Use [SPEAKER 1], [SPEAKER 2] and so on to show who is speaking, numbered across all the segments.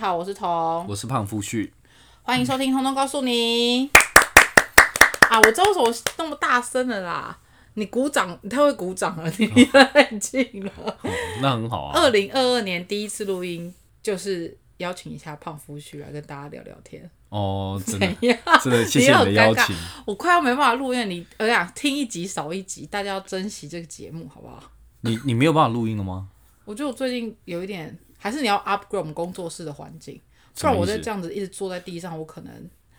[SPEAKER 1] 好，我是彤，
[SPEAKER 2] 我是胖夫婿，
[SPEAKER 1] 欢迎收听《彤彤告诉你》啊！我知道为什么那么大声了啦，你鼓掌，你太会鼓掌
[SPEAKER 2] 哦
[SPEAKER 1] 了，你太近了。
[SPEAKER 2] 那很好啊。
[SPEAKER 1] 二零二二年第一次录音，就是邀请一下胖夫婿来跟大家聊聊天。
[SPEAKER 2] 哦，真的
[SPEAKER 1] 怎样？
[SPEAKER 2] 真的，谢谢你的邀请。
[SPEAKER 1] 我快要没办法录音，你我想听一集少一集，大家要珍惜这个节目，好不好？
[SPEAKER 2] 你你没有办法录音了吗？
[SPEAKER 1] 我觉得我最近有一点，还是你要 upgrade 我们工作室的环境，不
[SPEAKER 2] 什么
[SPEAKER 1] 然
[SPEAKER 2] 意思
[SPEAKER 1] 我再这样子一直坐在地上，我可能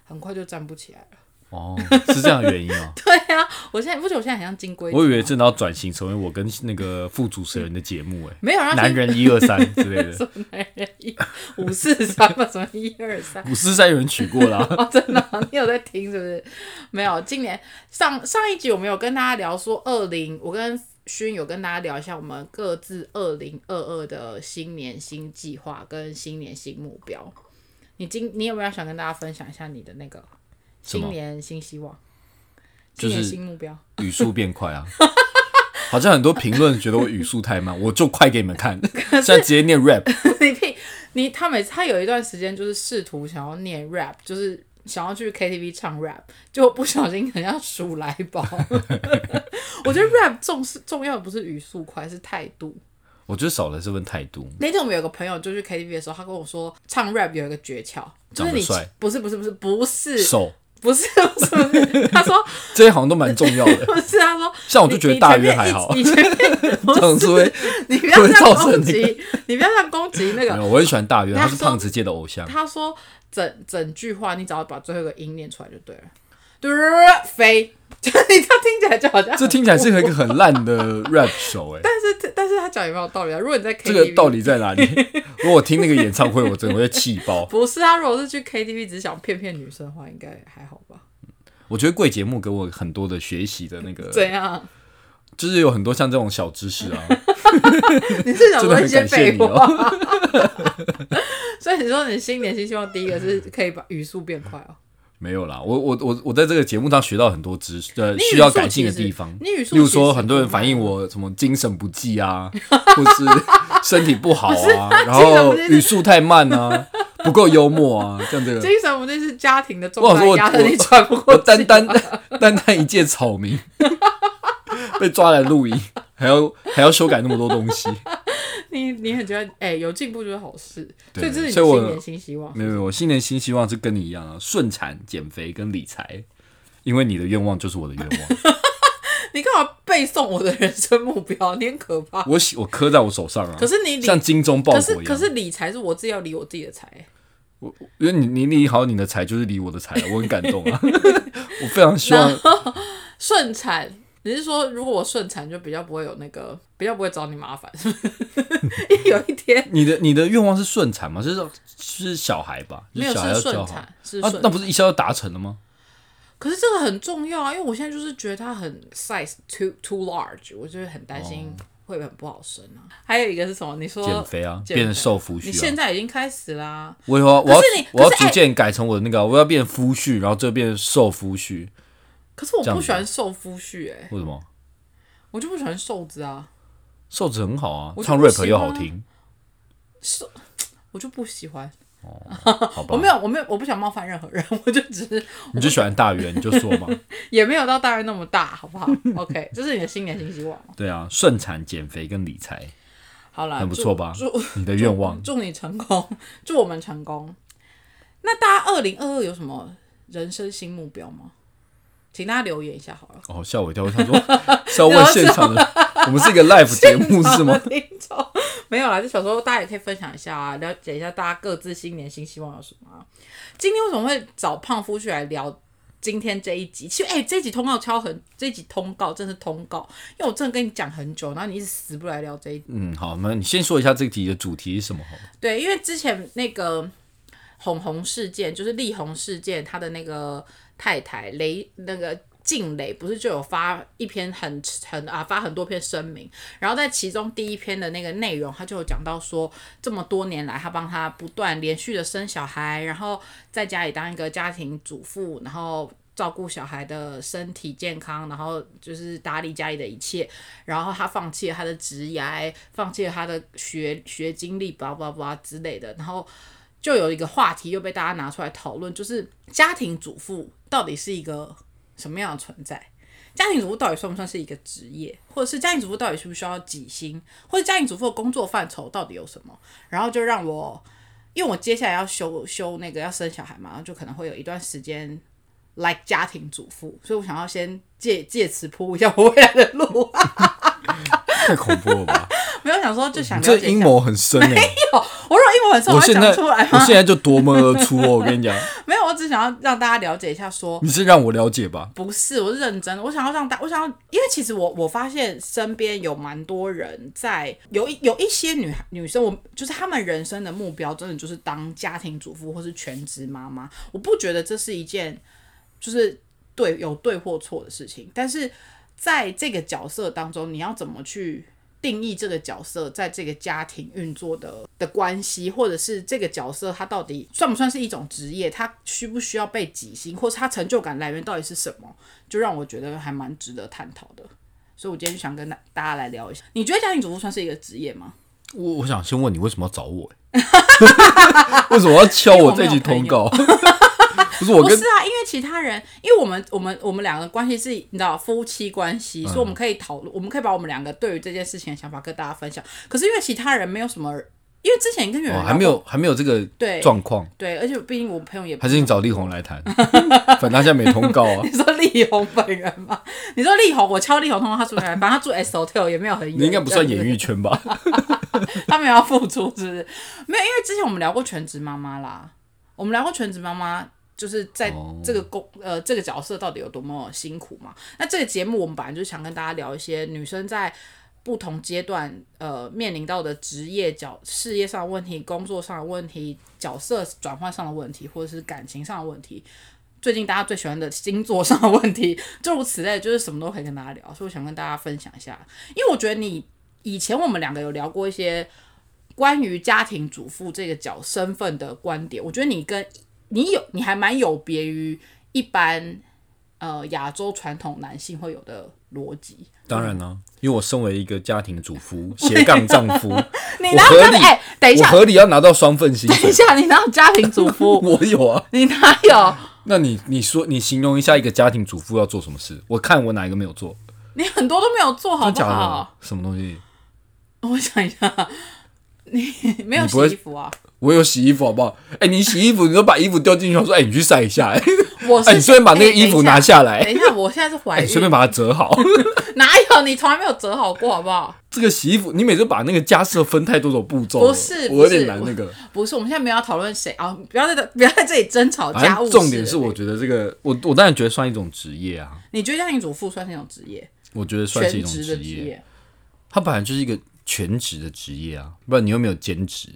[SPEAKER 1] 很快就站不起来了。
[SPEAKER 2] 哦，是这样的原因 啊。
[SPEAKER 1] 对啊，我现在你不觉得我现在很像金龟子吗？
[SPEAKER 2] 我以为真的要转型成为我跟那个副主持人的节目、欸，
[SPEAKER 1] 没有让
[SPEAKER 2] 男人一二 三之类的，
[SPEAKER 1] 什么男人一五四三吧， 什么一二三。
[SPEAKER 2] 五四三有人取过啦。
[SPEAKER 1] 哦，真的 啊、你有在听是不是？没有，今年上上一集我们有跟大家聊说二零，我跟勋有跟大家聊一下我们各自二零二二的新年新计划跟新年新目标。你今你有没有想跟大家分享一下你的那个
[SPEAKER 2] 什么
[SPEAKER 1] 新年新希望？
[SPEAKER 2] 就
[SPEAKER 1] 新年
[SPEAKER 2] 是
[SPEAKER 1] 新目标，
[SPEAKER 2] 语速变 快啊。好像很多评论觉得我语速太慢，我就快给你 们看，现在直接念 rap。
[SPEAKER 1] 你屁，你他每次他有一段时间就是试图想要念 rap，就是想要去 KTV 唱 rap，结果不小心很像数来宝。 我觉得 rap 重视重要的不是语速快，是态度。
[SPEAKER 2] 我觉得少了这份态度，
[SPEAKER 1] 那天我们有个朋友就去 KTV 的时候，他跟我说唱 rap 有一个诀窍，就是
[SPEAKER 2] 长
[SPEAKER 1] 你
[SPEAKER 2] 得帅
[SPEAKER 1] 不是不是不是不是
[SPEAKER 2] 瘦
[SPEAKER 1] 不是不是不是，他说
[SPEAKER 2] 这些好像都蛮重要的。
[SPEAKER 1] 不是，他说
[SPEAKER 2] 哦像我就觉得大约还好，
[SPEAKER 1] 你你前面一直你
[SPEAKER 2] 这
[SPEAKER 1] 前
[SPEAKER 2] 样
[SPEAKER 1] 面
[SPEAKER 2] 子会
[SPEAKER 1] 你不要这样
[SPEAKER 2] 会造
[SPEAKER 1] 攻
[SPEAKER 2] 成那
[SPEAKER 1] 击，你不要这样攻击那个
[SPEAKER 2] 没有，我很喜欢大约，
[SPEAKER 1] 他
[SPEAKER 2] 他是
[SPEAKER 1] 说
[SPEAKER 2] 胖子界的偶像。
[SPEAKER 1] 他说整整句话，你只要把最后一个音念出来就对了，嘟儿飞，就是你这样听起来就好像
[SPEAKER 2] 这听起来是一个很烂的 rap 手 哎、
[SPEAKER 1] 但是但是他讲也蛮有道理啊。如果你在 KTV，
[SPEAKER 2] 这个道理在哪里？ 如果我听那个演唱会，我真的会气爆。
[SPEAKER 1] 不是啊。如果是去 KTV 只想骗骗女生的话，应该还好吧？
[SPEAKER 2] 我觉得贵节目给我很多的学习的那个，
[SPEAKER 1] 怎样？
[SPEAKER 2] 就是有很多像这种小知识啊，
[SPEAKER 1] 你是想
[SPEAKER 2] 真的
[SPEAKER 1] 说一
[SPEAKER 2] 很
[SPEAKER 1] 些
[SPEAKER 2] 感谢
[SPEAKER 1] 废
[SPEAKER 2] 你
[SPEAKER 1] 话？
[SPEAKER 2] 哦。
[SPEAKER 1] 所以你说你新年新希望第一个是可以把语速变快哦。
[SPEAKER 2] 没有啦，我我我我在这个节目上学到很多知识，呃，
[SPEAKER 1] 你语
[SPEAKER 2] 需要
[SPEAKER 1] 速
[SPEAKER 2] 改进的
[SPEAKER 1] 其实
[SPEAKER 2] 地方。
[SPEAKER 1] 你语速
[SPEAKER 2] 例如
[SPEAKER 1] 其
[SPEAKER 2] 说，
[SPEAKER 1] 实
[SPEAKER 2] 很多人
[SPEAKER 1] 不
[SPEAKER 2] 反
[SPEAKER 1] 慢啊
[SPEAKER 2] 映我什么精神不济 啊，或是身体不好啊，然
[SPEAKER 1] 精神
[SPEAKER 2] 后
[SPEAKER 1] 不济是
[SPEAKER 2] 语速太慢啊，不够幽默啊，像这个。
[SPEAKER 1] 精神不济是家庭的重
[SPEAKER 2] 我想
[SPEAKER 1] 担
[SPEAKER 2] 说我
[SPEAKER 1] 压得你
[SPEAKER 2] 我
[SPEAKER 1] 喘不过
[SPEAKER 2] 我
[SPEAKER 1] 气
[SPEAKER 2] 单单
[SPEAKER 1] 来
[SPEAKER 2] 单单一介草民， 被抓来录音，还要还要修改那么多东西，
[SPEAKER 1] 你你很觉得哎、有进步就是好事，所
[SPEAKER 2] 对
[SPEAKER 1] 以这是你
[SPEAKER 2] 所以我
[SPEAKER 1] 新年新希望。
[SPEAKER 2] 没有没有，我新年新希望是跟你一样啊，顺产、减肥跟理财，因为你的愿望就是我的 愿望，
[SPEAKER 1] 你干嘛背诵我的人生目标？ 你很可怕。
[SPEAKER 2] 我喜我刻在我手上啊，
[SPEAKER 1] 可是你理，
[SPEAKER 2] 像精忠报
[SPEAKER 1] 可
[SPEAKER 2] 国
[SPEAKER 1] 是
[SPEAKER 2] 一样，
[SPEAKER 1] 可是理财是我自己要理我自己的财欸，
[SPEAKER 2] 我因为你你理好你的财就是理我的财，我很感动 啊， 我非常希望
[SPEAKER 1] 顺产。你是说，如果我顺产，就比较不会有那个，比较不会找你麻烦，是不是？因为有一 天
[SPEAKER 2] 你的你的愿望是顺产吗？就是是小孩吧，就
[SPEAKER 1] 没
[SPEAKER 2] 是
[SPEAKER 1] 有
[SPEAKER 2] 小孩要
[SPEAKER 1] 是
[SPEAKER 2] 教
[SPEAKER 1] 顺
[SPEAKER 2] 好。
[SPEAKER 1] 产，是
[SPEAKER 2] 啊
[SPEAKER 1] 顺，
[SPEAKER 2] 那不是一下就达成了吗？
[SPEAKER 1] 可是这个很重要啊，因为我现在就是觉得它很 size too too large，我就是很担心会不会很不好生啊。还有一个是什么？你说
[SPEAKER 2] 哦减肥啊，
[SPEAKER 1] 减
[SPEAKER 2] 变成
[SPEAKER 1] 肥
[SPEAKER 2] 瘦夫
[SPEAKER 1] 你
[SPEAKER 2] 婿啊
[SPEAKER 1] 现。在已经开始啦、
[SPEAKER 2] 我以后要我要
[SPEAKER 1] 可是你
[SPEAKER 2] 我要
[SPEAKER 1] 可是
[SPEAKER 2] 逐
[SPEAKER 1] 哎
[SPEAKER 2] 渐改成我的那个啊，我要变夫婿，然后这变瘦夫婿，
[SPEAKER 1] 可是我
[SPEAKER 2] 这样
[SPEAKER 1] 不
[SPEAKER 2] 子啊
[SPEAKER 1] 喜欢瘦夫婿、欸，哎，
[SPEAKER 2] 为什么？
[SPEAKER 1] 我就不喜欢瘦子啊。
[SPEAKER 2] 瘦子很好啊，
[SPEAKER 1] 我就
[SPEAKER 2] 唱
[SPEAKER 1] 不
[SPEAKER 2] rap
[SPEAKER 1] 喜
[SPEAKER 2] 又
[SPEAKER 1] 欢
[SPEAKER 2] 好听，
[SPEAKER 1] 我就不喜欢，
[SPEAKER 2] 哦 好吧？
[SPEAKER 1] 我没有，我没有，我不想冒犯任何人，我就只是
[SPEAKER 2] 你就喜欢大圆，你就说嘛。
[SPEAKER 1] 也没有到大概那么大，好不好 ？OK，这是你的新年新希望。
[SPEAKER 2] 对啊，顺产、减肥跟理财，
[SPEAKER 1] 好了，
[SPEAKER 2] 很不
[SPEAKER 1] 祝
[SPEAKER 2] 错吧
[SPEAKER 1] 祝
[SPEAKER 2] 你的愿 望。
[SPEAKER 1] 祝你成功，祝我们成功。那大家二零二二有什么人生新目标吗？请大家留言一下好了。
[SPEAKER 2] 哦，吓我一跳，我 想说是要问现场的，我们是一个 live 节目是吗？？
[SPEAKER 1] 听众 没有啦，就想说大家也可以分享一下啊，了解一下大家各自新年新希望有什么、啊。今天为什么会找胖夫去来聊今天这一集？其实哎、这一集通告超很，这一集通告真是通告，因为我真的跟你讲很久，然后你一直死不来聊这一集。
[SPEAKER 2] 嗯，好，那你先说一下这题的主题是什么好了？
[SPEAKER 1] 对，因为之前那个红红事件，就是力宏事件，他的那个太太雷那个。静蕾不是就有发一篇很很啊发很多篇声明，然后在其中第一篇的那个内容，他就有讲到说，这么多年来他帮他不断连续的生小孩，然后在家里当一个家庭主妇，然后照顾小孩的身体健康，然后就是打理家里的一切，然后他放弃了他的职业，放弃了他的学学经历，巴拉巴拉之类的，然后就有一个话题又被大家拿出来讨论，就是家庭主妇到底是一个什么样的存在？家庭主妇到底算不算是一个职业，或者是家庭主妇到底需不需要几薪，或者家庭主妇的工作范畴到底有什么？然后就让我，因为我接下来要休休那个要生小孩嘛，然后就可能会有一段时间 like 家庭主妇，所以我想要先借借此铺一下我未来的路。
[SPEAKER 2] 太恐怖了吧？
[SPEAKER 1] 没有想说就想
[SPEAKER 2] 这
[SPEAKER 1] 了解一
[SPEAKER 2] 阴
[SPEAKER 1] 下。
[SPEAKER 2] 谋很深 哎、
[SPEAKER 1] 有，我如果英文很臭，
[SPEAKER 2] 我
[SPEAKER 1] 我会
[SPEAKER 2] 现
[SPEAKER 1] 讲
[SPEAKER 2] 在
[SPEAKER 1] 出来
[SPEAKER 2] 我
[SPEAKER 1] 吗？
[SPEAKER 2] 现在就夺门而出哦！我跟你讲，
[SPEAKER 1] 没有，我只想要让大家了解一下说
[SPEAKER 2] 你是让我了解吧？
[SPEAKER 1] 不是，我是认真的。我想要让大，我想要，因为其实我我发现身边有蛮多人在有一有一些女孩女生，我就是她们人生的目标真的就是当家庭主妇或是全职妈妈。我不觉得这是一件就是对有对或错的事情，但是在这个角色当中，你要怎么去定义这个角色在这个家庭运作的的关系，或者是这个角色他到底算不算是一种职业，他需不需要被挤薪，或是他成就感来源到底是什么，就让我觉得还蛮值得探讨的。所以我今天就想跟大大家来聊一下，你觉得家庭主妇算是一个职业吗？
[SPEAKER 2] 我我想先问你，为什么要找我、 欸？为什么要敲我这集通告？ 不是我
[SPEAKER 1] 不
[SPEAKER 2] 跟
[SPEAKER 1] 是啊，因为其他人，因为我们我们我们两个关系是，你知道夫妻关系，
[SPEAKER 2] 嗯
[SPEAKER 1] 所以我们可以讨论，我们可以把我们两个对于这件事情的想法跟大家分享。可是因为其他人没有什么，因为之前跟远
[SPEAKER 2] 哦
[SPEAKER 1] 远
[SPEAKER 2] 还没有还没有这个
[SPEAKER 1] 对
[SPEAKER 2] 状况，
[SPEAKER 1] 对，而且毕竟我朋友也不
[SPEAKER 2] 还是你找力宏来谈？反正他现在没通告啊
[SPEAKER 1] 。你说力宏本人吗？你说力宏，我敲力宏，通常他住哪里？反正他住 S Hotel 也没有很远，
[SPEAKER 2] 你应该不算
[SPEAKER 1] 这样
[SPEAKER 2] 演
[SPEAKER 1] 子
[SPEAKER 2] 艺圈吧？
[SPEAKER 1] 他们要付出，是不是？没有，因为之前我们聊过全职妈妈啦，我们聊过全职妈妈，就是在这个工、呃这个角色到底有多么辛苦嘛。那这个节目我们本来就想跟大家聊一些女生在不同阶段呃面临到的职业角、事业上的问题、工作上的问题、角色转换上的问题，或者是感情上的问题。最近大家最喜欢的星座上的问题， 诸如此类，就是什么都可以跟大家聊，所以我想跟大家分享一下，因为我觉得你以前我们两个有聊过一些关于家庭主妇这个角身份的观点，我觉得你跟你有你还蛮有别于一般呃亚洲传统男性会有的逻辑。
[SPEAKER 2] 当然啦、啊因为我身为一个家庭主妇、斜杠丈夫，
[SPEAKER 1] 你
[SPEAKER 2] 我
[SPEAKER 1] 哪有
[SPEAKER 2] 合
[SPEAKER 1] 家
[SPEAKER 2] 理
[SPEAKER 1] 庭？哎、等一
[SPEAKER 2] 我
[SPEAKER 1] 下，
[SPEAKER 2] 合理要拿到双份薪
[SPEAKER 1] 等一
[SPEAKER 2] 水。
[SPEAKER 1] 下，你哪有家庭主 妇？
[SPEAKER 2] 我有啊，
[SPEAKER 1] 你哪有？
[SPEAKER 2] 那你你说你形容一下一个家庭主妇要做什么事？我看我哪一个没有做？
[SPEAKER 1] 你很多都没有做好
[SPEAKER 2] 真
[SPEAKER 1] 不
[SPEAKER 2] 假
[SPEAKER 1] 好
[SPEAKER 2] 的？？什么东西？
[SPEAKER 1] 我想一下，你没有
[SPEAKER 2] 你
[SPEAKER 1] 洗
[SPEAKER 2] 不会
[SPEAKER 1] 衣服啊？
[SPEAKER 2] 我有洗衣服好不好？哎、你洗衣服，你都把衣服丢进去，我说哎、你去晒一下、哎
[SPEAKER 1] 我是、
[SPEAKER 2] 哎你顺便把那个
[SPEAKER 1] 哦哎
[SPEAKER 2] 衣服拿下来
[SPEAKER 1] 等一下，我现在是怀
[SPEAKER 2] 哎，
[SPEAKER 1] 孕，
[SPEAKER 2] 随、便把它折好。
[SPEAKER 1] 哪有？你从来没有折好过，好不好？
[SPEAKER 2] 这个洗衣服，你每次把那个家事分太多种步骤了，
[SPEAKER 1] 不是
[SPEAKER 2] 我有
[SPEAKER 1] 不是
[SPEAKER 2] 点难那个。
[SPEAKER 1] 不是，我们现在没有要讨论谁啊，不要在这不要在这里争吵
[SPEAKER 2] 反
[SPEAKER 1] 家务事。
[SPEAKER 2] 正重点是，我觉得这个，我我当然觉得算一种职业啊，
[SPEAKER 1] 你觉得家庭主妇算是一种职业，
[SPEAKER 2] 我觉得算
[SPEAKER 1] 全
[SPEAKER 2] 是一种
[SPEAKER 1] 职的职
[SPEAKER 2] 业。？它本来就是一个全职的职业啊，不然你又没有兼职，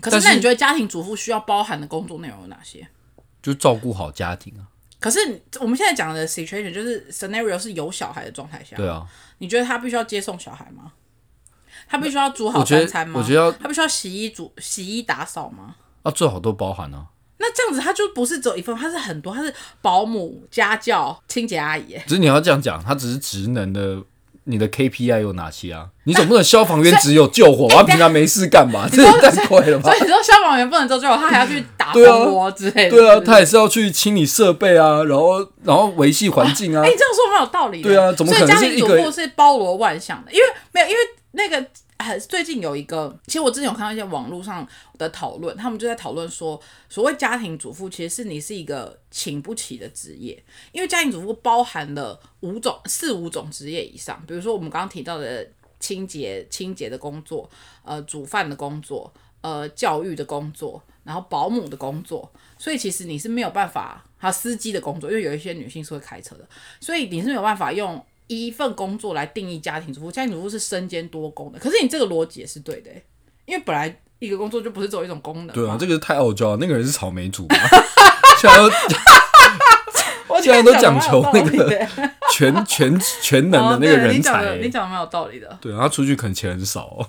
[SPEAKER 1] 可
[SPEAKER 2] 但
[SPEAKER 1] 是，
[SPEAKER 2] 是
[SPEAKER 1] 那你觉得家庭主妇需要包含的工作内容有哪些？
[SPEAKER 2] 就照顾好家庭啊。
[SPEAKER 1] 可是我们现在讲的 situation 就是 scenario 是有小孩的状态下，
[SPEAKER 2] 对啊，
[SPEAKER 1] 你觉得他必须要接送小孩吗？他必须要煮好
[SPEAKER 2] 我觉
[SPEAKER 1] 三
[SPEAKER 2] 得
[SPEAKER 1] 餐吗？
[SPEAKER 2] 我觉得要
[SPEAKER 1] 他必须要洗衣煮洗衣打扫吗？
[SPEAKER 2] 啊，最好都包含啊。
[SPEAKER 1] 那这样子他就不是只有一份，他是很多，他是保姆、家教、清洁阿姨耶。
[SPEAKER 2] 只是你要这样讲，它只是职能的，你的 KPI 有哪些啊？你总不能消防员只有救火，他平常没事干 吧？这也太快了吧
[SPEAKER 1] 所？以你说消防员不能做最后，他还要去打蜂
[SPEAKER 2] 对啊
[SPEAKER 1] 窝之类的。
[SPEAKER 2] 对
[SPEAKER 1] 是
[SPEAKER 2] 啊，
[SPEAKER 1] 不是
[SPEAKER 2] 他也是要去清理设备啊，然后然后维系环境啊
[SPEAKER 1] 哎、。你这样说蛮有道理的。
[SPEAKER 2] 对啊怎么可能
[SPEAKER 1] 所以
[SPEAKER 2] 是
[SPEAKER 1] 家
[SPEAKER 2] 一
[SPEAKER 1] 庭
[SPEAKER 2] 个
[SPEAKER 1] 主妇是包罗万象的，因为没有，因为那个呃，最近有一个，其实我之前有看到一些网络上的讨论，他们就在讨论说，所谓家庭主妇其实是你是一个请不起的职业，因为家庭主妇包含了五种四五种职业以上，比如说我们刚刚提到的清洁清洁的工作，呃，煮饭的工作，呃，教育的工作，然后保姆的工作，所以其实你是没有办法，还有司机的工作，因为有一些女性是会开车的，所以你是没有办法用一份工作来定义家庭主妇。家庭主妇是身兼多功的，可是你这个逻辑也是对的欸、因为本来一个工作就不是只有一种功能嘛。
[SPEAKER 2] 对啊，这个是太傲娇了。那个人是草莓 族嘛，现在都
[SPEAKER 1] 我觉得
[SPEAKER 2] 现在
[SPEAKER 1] 你
[SPEAKER 2] 都
[SPEAKER 1] 讲
[SPEAKER 2] 讲
[SPEAKER 1] 得
[SPEAKER 2] 求
[SPEAKER 1] 蛮有
[SPEAKER 2] 那
[SPEAKER 1] 道理的欸
[SPEAKER 2] 个 全全全能的
[SPEAKER 1] 哦
[SPEAKER 2] 那
[SPEAKER 1] 对
[SPEAKER 2] 个人
[SPEAKER 1] 你讲
[SPEAKER 2] 才
[SPEAKER 1] 的你
[SPEAKER 2] 欸。
[SPEAKER 1] 讲的蛮有道理的。
[SPEAKER 2] 对啊，他出去可能钱很少 哦。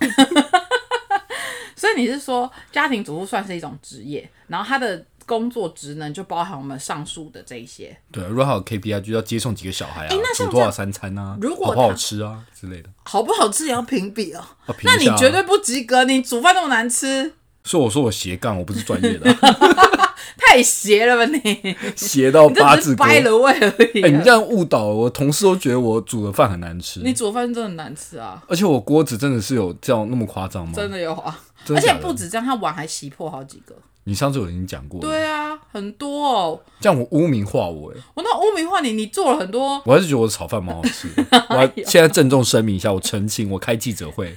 [SPEAKER 1] 所以你是说家庭主妇算是一种职业，然后他的工作职能就包含我们上述的这一些。
[SPEAKER 2] 对啊，如果他有 KPI 就要接送几个小孩啊
[SPEAKER 1] 哎那，像
[SPEAKER 2] 煮多少三餐啊，
[SPEAKER 1] 如果
[SPEAKER 2] 好不好
[SPEAKER 1] 他
[SPEAKER 2] 吃啊之类的。
[SPEAKER 1] 好不好吃也要评比哦。
[SPEAKER 2] 要评
[SPEAKER 1] 那
[SPEAKER 2] 一
[SPEAKER 1] 你
[SPEAKER 2] 下啊
[SPEAKER 1] 绝对不及格，你煮饭那么难吃，
[SPEAKER 2] 所以我说我斜杠，我不是专业的啊、
[SPEAKER 1] 太邪了吧你？
[SPEAKER 2] 斜到
[SPEAKER 1] 你这
[SPEAKER 2] 八
[SPEAKER 1] 只是
[SPEAKER 2] 字沟。
[SPEAKER 1] 掰
[SPEAKER 2] 哎、
[SPEAKER 1] 了位而已啊、
[SPEAKER 2] 你这样误导了我，同事都觉得我煮的饭很难吃。
[SPEAKER 1] 你煮饭真的很难吃啊，
[SPEAKER 2] 而且我锅子真的是有这样那么夸张吗？
[SPEAKER 1] 真的有啊，
[SPEAKER 2] 真
[SPEAKER 1] 而
[SPEAKER 2] 的假
[SPEAKER 1] 且
[SPEAKER 2] 的
[SPEAKER 1] 不止这样，他碗还洗破好几个。
[SPEAKER 2] 你上次有已经讲过了，
[SPEAKER 1] 对啊，很多哦。
[SPEAKER 2] 这样我污名化我、哎，
[SPEAKER 1] 我那污名化你，你做了很多，
[SPEAKER 2] 我还是觉得我的炒饭蛮好吃 的。我
[SPEAKER 1] 哎
[SPEAKER 2] 还现在郑重声明一下，我澄清，我开记者 会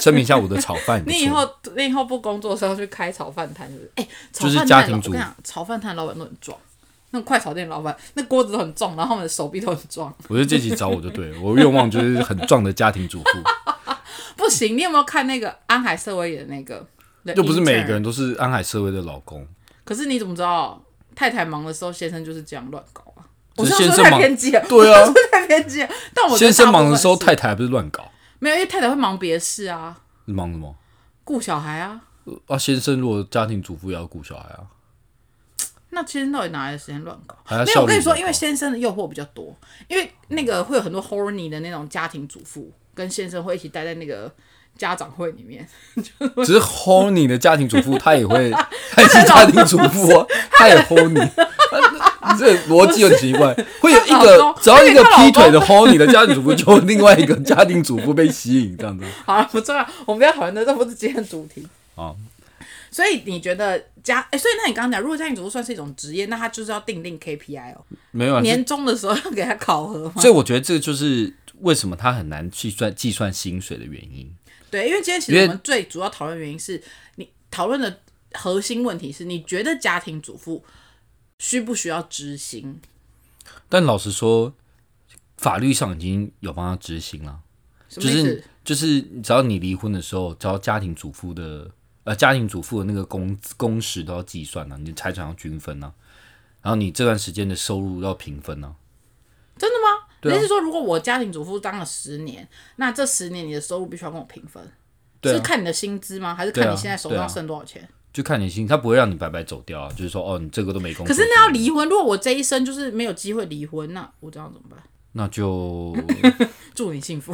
[SPEAKER 2] 声明一下我的炒饭也不错。
[SPEAKER 1] 你以后你以后不工作的时候去开炒饭摊，是不是？哎、炒
[SPEAKER 2] 就是
[SPEAKER 1] 饭
[SPEAKER 2] 家
[SPEAKER 1] 摊老
[SPEAKER 2] 庭
[SPEAKER 1] 我
[SPEAKER 2] 主
[SPEAKER 1] 跟你讲，炒饭摊老板都很壮，那种快炒店老板那锅子都很重，然后他们的手臂都很壮。
[SPEAKER 2] 我就这集找我就对了，我愿望就是很壮的家庭主 妇，
[SPEAKER 1] 不行，你有没有看那个安海瑟薇演的那个？
[SPEAKER 2] 又不是每
[SPEAKER 1] The Intern
[SPEAKER 2] 个
[SPEAKER 1] 啊
[SPEAKER 2] 人都是安海社会的老公，
[SPEAKER 1] 可是你怎么知道太太忙的时候，先生就是这样乱搞啊？我
[SPEAKER 2] 只
[SPEAKER 1] 这
[SPEAKER 2] 是
[SPEAKER 1] 样说
[SPEAKER 2] 先生
[SPEAKER 1] 太
[SPEAKER 2] 忙
[SPEAKER 1] 偏激了，
[SPEAKER 2] 对啊
[SPEAKER 1] 我说太偏激了。但我觉得
[SPEAKER 2] 先生忙的时候，
[SPEAKER 1] 大部分
[SPEAKER 2] 太太还不是乱搞，
[SPEAKER 1] 是没有，因为太太会忙别的事啊，
[SPEAKER 2] 忙什么？
[SPEAKER 1] 顾小孩啊。
[SPEAKER 2] 啊，先生如果家庭主妇也要顾小孩啊，
[SPEAKER 1] 那先生到底哪来的时间乱搞？
[SPEAKER 2] 还要
[SPEAKER 1] 没
[SPEAKER 2] 效率
[SPEAKER 1] 有，我跟你说，
[SPEAKER 2] 比较
[SPEAKER 1] 因
[SPEAKER 2] 高
[SPEAKER 1] 为先生的诱惑比较多，因为那个会有很多 horny 的那种家庭主妇跟先生会一起待在那个家长会里面，
[SPEAKER 2] 只是 hold 你的家庭主妇，她 也会，她也是家庭主妇啊，她也 hold 你。你这个逻辑很奇怪，会有一
[SPEAKER 1] 老
[SPEAKER 2] 个
[SPEAKER 1] 公
[SPEAKER 2] 只要一个
[SPEAKER 1] 因为她老
[SPEAKER 2] 劈
[SPEAKER 1] 公
[SPEAKER 2] 腿的 hold 你的家庭主妇，就有另外一个家庭主妇被吸引这样子
[SPEAKER 1] 好了，不重要，我们不要讨论这，这不是今天的主题。
[SPEAKER 2] 啊。
[SPEAKER 1] 所以你觉得家，哎、所以那你刚刚讲，如果家庭主妇算是一种职业，那他就是要定定 KPI 哦，
[SPEAKER 2] 没有啊，
[SPEAKER 1] 年终的时候要给他考核嘛。
[SPEAKER 2] 所以我觉得这就是为什么他很难计算计算薪水的原因。
[SPEAKER 1] 对，因为今天其
[SPEAKER 2] 因
[SPEAKER 1] 实
[SPEAKER 2] 为
[SPEAKER 1] 我们最主要讨论的原因是你讨论的核心问题是，你觉得家庭主妇需不需要执行？
[SPEAKER 2] 但老实说，法律上已经有帮他执行了，
[SPEAKER 1] 什
[SPEAKER 2] 就
[SPEAKER 1] 么意思？
[SPEAKER 2] 是就是只要你离婚的时候，只要家庭主妇的呃家庭主妇的那个工工时都要计算啊了、你的财产要均分啊，然后你这段时间的收入要平分啊。
[SPEAKER 1] 真的吗？
[SPEAKER 2] 对啊
[SPEAKER 1] 你是说，如果我家庭主妇当了十年，那这十年你的收入必须要跟我平分？
[SPEAKER 2] 对啊
[SPEAKER 1] 是看你的薪资吗？还是
[SPEAKER 2] 对
[SPEAKER 1] 看
[SPEAKER 2] 啊
[SPEAKER 1] 你现在手
[SPEAKER 2] 对啊
[SPEAKER 1] 上剩多少钱？
[SPEAKER 2] 就看你心，他不会让你白白走掉啊。就是说，哦，你这个都没工作，
[SPEAKER 1] 可是那要离婚，如果我这一生就是没有机会离婚，那我这样怎么办？
[SPEAKER 2] 那就
[SPEAKER 1] 祝你幸福。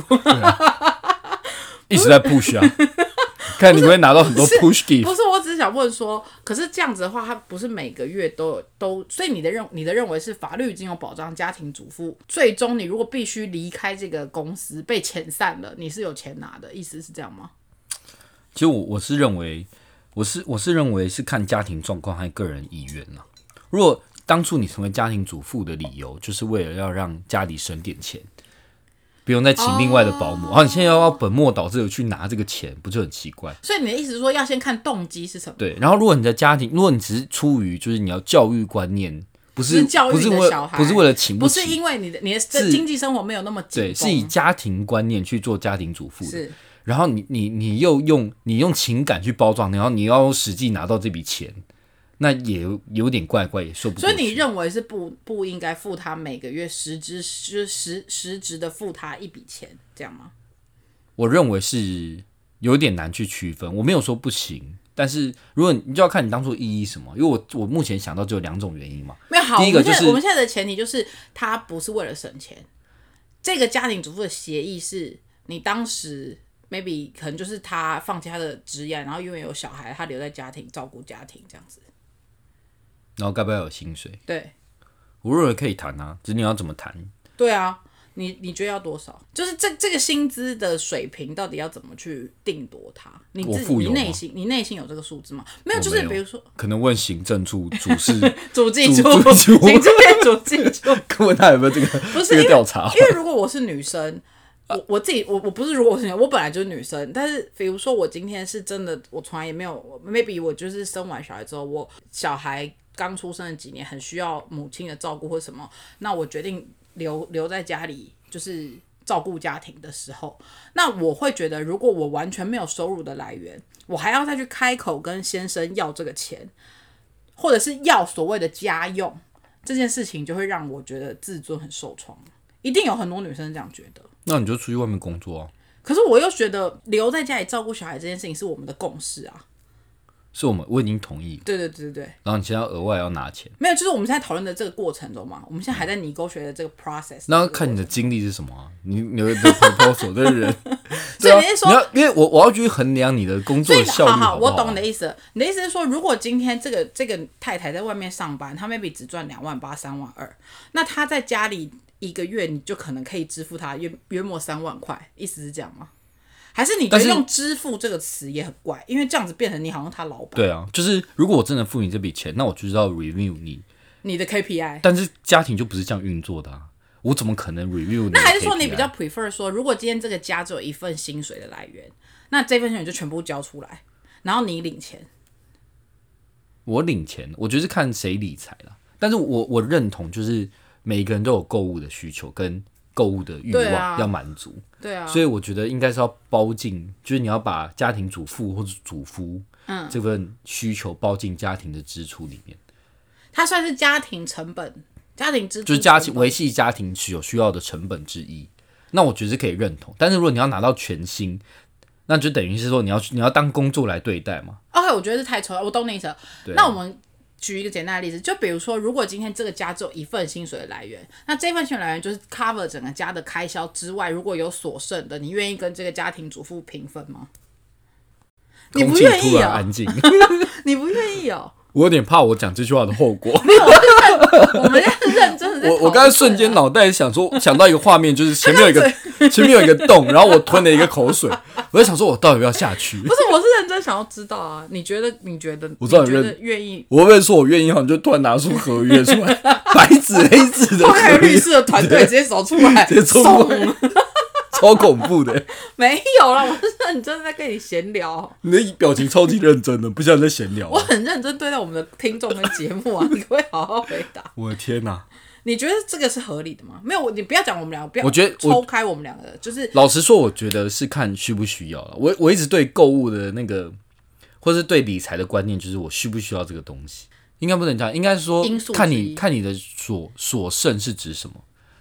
[SPEAKER 2] 一直在 push 啊， 看你会拿到很多 push gift。
[SPEAKER 1] 不是，我只是想问说，可是这样子的话，他不是每个月都有都，所以你的认你的认为是法律已经有保障家庭主妇，最终你如果必须离开这个公司被遣散了，你是有钱拿的，意思是这样吗？
[SPEAKER 2] 其实我我是认为，我是我是认为是看家庭状况和个人意愿啦。如果当初你成为家庭主妇的理由，就是为了要让家里省点钱，不用再请另外的保
[SPEAKER 1] 哦
[SPEAKER 2] 姆，然哦后你现在要本末倒置的去拿这个钱，不就很奇怪？
[SPEAKER 1] 所以你的意思是说，要先看动机是什么？
[SPEAKER 2] 对。然后如果你的家庭，如果你只是出于就是你要教育观念，不是
[SPEAKER 1] 是教育
[SPEAKER 2] 不是
[SPEAKER 1] 你的
[SPEAKER 2] 为
[SPEAKER 1] 小孩
[SPEAKER 2] 不是为了请
[SPEAKER 1] 不是
[SPEAKER 2] 起，
[SPEAKER 1] 因为你的你的这
[SPEAKER 2] 是
[SPEAKER 1] 经济生活没有那么紧
[SPEAKER 2] 对，
[SPEAKER 1] 绷
[SPEAKER 2] 是以家庭观念去做家庭主妇的。
[SPEAKER 1] 是
[SPEAKER 2] 然后你你你又用你用情感去包装，然后你要用实际拿到这笔钱，那也有有点怪怪，也说不过
[SPEAKER 1] 所以你
[SPEAKER 2] 去
[SPEAKER 1] 认为是不不应该付他每个月实支实实实质的付他一笔钱，这样吗？
[SPEAKER 2] 我认为是有点难去区分。我没有说不行，但是如果你你就要看你当初意义什么，因为我我目前想到只有两种原因嘛。
[SPEAKER 1] 没有好，
[SPEAKER 2] 第一个
[SPEAKER 1] 我们现在
[SPEAKER 2] 就是
[SPEAKER 1] 我们现在的前提就是他不是为了省钱。这个家庭主妇的协议是你当时 maybe 可能就是他放弃他的职业，然后因为有小孩，他留在家庭照顾家庭这样子。
[SPEAKER 2] 然后该不该有薪水？
[SPEAKER 1] 对
[SPEAKER 2] 我认为可以谈啊，只是你要怎么谈。
[SPEAKER 1] 对啊，你你觉得要多少？就是这这个薪资的水平到底要怎么去定夺它？你
[SPEAKER 2] 我
[SPEAKER 1] 自己
[SPEAKER 2] 富
[SPEAKER 1] 你
[SPEAKER 2] 有吗
[SPEAKER 1] 内心你内心有这个数字吗？没有，
[SPEAKER 2] 我
[SPEAKER 1] 就是
[SPEAKER 2] 没有
[SPEAKER 1] 比如说。
[SPEAKER 2] 可能问行政处 主事，
[SPEAKER 1] 主计
[SPEAKER 2] 主
[SPEAKER 1] 处，
[SPEAKER 2] 计 处
[SPEAKER 1] 行政院主计处。
[SPEAKER 2] 问他有没有这个
[SPEAKER 1] 不是因
[SPEAKER 2] 这个
[SPEAKER 1] 为
[SPEAKER 2] 调查。
[SPEAKER 1] 因为如果我是女生，我我自己我我不是如果我是女生，我本来就是女生，但是比如说我今天是真的，我从来也没有，maybe 我就是生完小孩之后，我小孩刚出生的几年很需要母亲的照顾或什么，那我决定留留在家里，就是。照顾家庭的时候，那我会觉得，如果我完全没有收入的来源，我还要再去开口跟先生要这个钱，或者是要所谓的家用，这件事情就会让我觉得自尊很受创。一定有很多女生这样觉得，
[SPEAKER 2] 那你就出去外面工作啊，
[SPEAKER 1] 可是我又觉得留在家里照顾小孩这件事情是我们的共识啊。
[SPEAKER 2] 是我们我已经同意，
[SPEAKER 1] 对对对对对，
[SPEAKER 2] 然后你现在要额外要拿钱。
[SPEAKER 1] 没有，就是我们现在讨论的这个过程中嘛，我们现在还在你沟学的这个 process。
[SPEAKER 2] 那看你的经历是什么啊？你你的 proposal 的人，
[SPEAKER 1] 所
[SPEAKER 2] 对
[SPEAKER 1] 以
[SPEAKER 2] 啊
[SPEAKER 1] 你是说
[SPEAKER 2] 你要，因为我我要去衡量你的工作
[SPEAKER 1] 所以
[SPEAKER 2] 的效率
[SPEAKER 1] 好好，
[SPEAKER 2] 不
[SPEAKER 1] 我
[SPEAKER 2] 好啊
[SPEAKER 1] 懂你的意思。你的意思是说，如果今天这个这个太太在外面上班，她 maybe 只赚两万八、三万二，那她在家里一个月，你就可能可以支付她约约莫三万块，意思是这样吗？还是你觉
[SPEAKER 2] 但
[SPEAKER 1] 得
[SPEAKER 2] 是
[SPEAKER 1] 用“支付”这个词也很怪，因为这样子变成你好像她老板，
[SPEAKER 2] 对啊，就是如果我真的付你这笔钱，那我就是要 review 你，
[SPEAKER 1] 你的 KPI。
[SPEAKER 2] 但是家庭就不是这样运作的啊，我怎么可能 review 你的啊
[SPEAKER 1] 那
[SPEAKER 2] KPI？
[SPEAKER 1] 还是说你比较 prefer 说，如果今天这个家只有一份薪水的来源，那这份薪水就全部交出来，然后你领钱。
[SPEAKER 2] 我领钱，我觉得是看谁理财啦。但是我我认同，就是每一个人都有购物的需求跟购物的欲
[SPEAKER 1] 对
[SPEAKER 2] 望
[SPEAKER 1] 啊
[SPEAKER 2] 要满足，
[SPEAKER 1] 对啊，
[SPEAKER 2] 所以我觉得应该是要包进，就是你要把家庭主妇或者主夫嗯这份需求包进家庭的支出里面，
[SPEAKER 1] 它算是家庭成本、家庭支出成本，
[SPEAKER 2] 就是家庭维系家庭是有需要的成本之一。那我觉得是可以认同，但是如果你要拿到全薪，那就等于是说你要你要当工作来对待嘛。
[SPEAKER 1] OK，我觉得是太抽了，我懂你意思了。
[SPEAKER 2] 对啊
[SPEAKER 1] 那我们举一个简单的例子，就比如说，如果今天这个家只有一份薪水的来源，那这份薪水来源就是 cover 整个家的开销之外，如果有所剩的，你愿意跟这个家庭主妇平分吗？你
[SPEAKER 2] 空
[SPEAKER 1] 不
[SPEAKER 2] 气
[SPEAKER 1] 愿
[SPEAKER 2] 突
[SPEAKER 1] 意
[SPEAKER 2] 然
[SPEAKER 1] 哦，
[SPEAKER 2] 安静，
[SPEAKER 1] 你不愿意哦。
[SPEAKER 2] 我有点怕我讲这句话的后 果。
[SPEAKER 1] 我们是认真的在讨论这个，
[SPEAKER 2] 我我刚才瞬间脑袋想说，想到一个画面，就是前面有一个前面有一个洞，然后我吞了一个口水，我在想说，我到底要不要下去？
[SPEAKER 1] 不是，我是认真想要知道啊。你觉得？你觉得？
[SPEAKER 2] 我知道
[SPEAKER 1] 你
[SPEAKER 2] 你
[SPEAKER 1] 觉
[SPEAKER 2] 认
[SPEAKER 1] 得愿 意？
[SPEAKER 2] 我会不会说我愿意后，你就突然拿出合约出来，白纸黑字的
[SPEAKER 1] 后面还
[SPEAKER 2] 合
[SPEAKER 1] 有律
[SPEAKER 2] 约，
[SPEAKER 1] 师的团队直接走出来，
[SPEAKER 2] 直接冲啊过来，超恐怖的。
[SPEAKER 1] 没有啦，我是认真在跟你闲聊。
[SPEAKER 2] 你的表情超级认真的，不像在闲聊
[SPEAKER 1] 我
[SPEAKER 2] 啊。
[SPEAKER 1] 很认真对待我们的听众跟节目啊，你可不可以好好回答？
[SPEAKER 2] 我的天哪、
[SPEAKER 1] 你觉得这个是合理的吗？没有，你不要讲我们两个，不要，
[SPEAKER 2] 我觉得我
[SPEAKER 1] 抽开我们两个，就是
[SPEAKER 2] 老实说，我觉得是看需不需要了。我我一直对购物的那个，或是对理财的观念，就是我需不需要这个东西，应该不能讲，应该说
[SPEAKER 1] 因素之一
[SPEAKER 2] 看你看你的所所剩是指什么。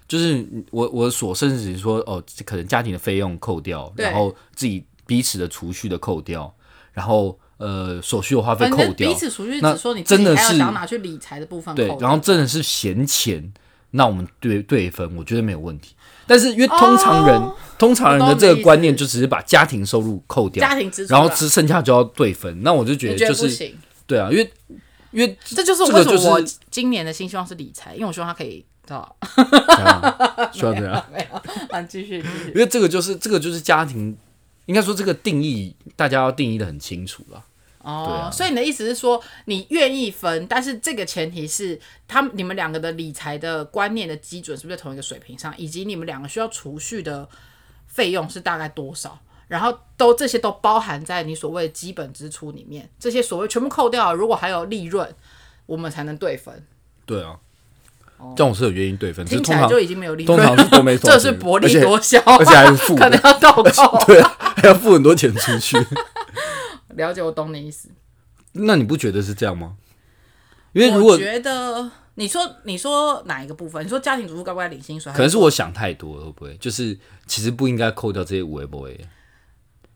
[SPEAKER 2] 就是我我所剩是指说哦，可能家庭的费用扣掉，
[SPEAKER 1] 对
[SPEAKER 2] 然后自己彼此的储蓄的扣掉，然后呃所需的花费
[SPEAKER 1] 反
[SPEAKER 2] 扣
[SPEAKER 1] 正
[SPEAKER 2] 掉
[SPEAKER 1] 彼，此储蓄，
[SPEAKER 2] 那
[SPEAKER 1] 只说你自己
[SPEAKER 2] 真的
[SPEAKER 1] 还要
[SPEAKER 2] 是
[SPEAKER 1] 想要拿去理财的部分
[SPEAKER 2] 对
[SPEAKER 1] 扣，
[SPEAKER 2] 然后真的是闲钱，那我们对对分，我觉得没有问题。但是因为通常人，
[SPEAKER 1] 哦
[SPEAKER 2] 通常人
[SPEAKER 1] 我
[SPEAKER 2] 的
[SPEAKER 1] 懂你
[SPEAKER 2] 这个
[SPEAKER 1] 意
[SPEAKER 2] 观
[SPEAKER 1] 思
[SPEAKER 2] 念就只是把家庭收入扣掉，
[SPEAKER 1] 家庭支出啊，
[SPEAKER 2] 然后只剩下就要对分。那我就觉
[SPEAKER 1] 你觉
[SPEAKER 2] 得就
[SPEAKER 1] 得不
[SPEAKER 2] 是
[SPEAKER 1] 行？
[SPEAKER 2] 对啊，因为因为
[SPEAKER 1] 这就是
[SPEAKER 2] 这个
[SPEAKER 1] 为什
[SPEAKER 2] 就是
[SPEAKER 1] 么我今年的新希望是理财，因为我希望他可以，知道吧
[SPEAKER 2] 这样需要这样，
[SPEAKER 1] 没有？啊，继续继续。
[SPEAKER 2] 因为这个就是这个就是家庭，应该说这个定义大家要定义的很清楚了。对
[SPEAKER 1] 哦
[SPEAKER 2] 啊，
[SPEAKER 1] 所以你的意思是说，你愿意分，但是这个前提是他们你们两个的理财的观念的基准是不是在同一个水平上，以及你们两个需要储蓄的费用是大概多少，然后都这些都包含在你所谓的基本支出里面，这些所谓全部扣掉，如果还有利润，我们才能对分。
[SPEAKER 2] 对啊，这样我是有原因对分，只
[SPEAKER 1] 哦
[SPEAKER 2] 是
[SPEAKER 1] 听起
[SPEAKER 2] 通
[SPEAKER 1] 来
[SPEAKER 2] 常
[SPEAKER 1] 就已经没有利
[SPEAKER 2] 通
[SPEAKER 1] 润，
[SPEAKER 2] 常是都没
[SPEAKER 1] 这是薄利多销， 啊
[SPEAKER 2] 而且还是负
[SPEAKER 1] 可
[SPEAKER 2] 的
[SPEAKER 1] 能要倒扣。
[SPEAKER 2] 对，还要付很多钱出去。
[SPEAKER 1] 了解，我懂你意思。
[SPEAKER 2] 那你不觉得是这样吗？因为如
[SPEAKER 1] 我
[SPEAKER 2] 果
[SPEAKER 1] 觉得你说你说哪一个部分？你说家庭主妇该不该领薪水？还
[SPEAKER 2] 可能是我想太多了，会不会？就是其实不应该扣掉这些五 A 不 A。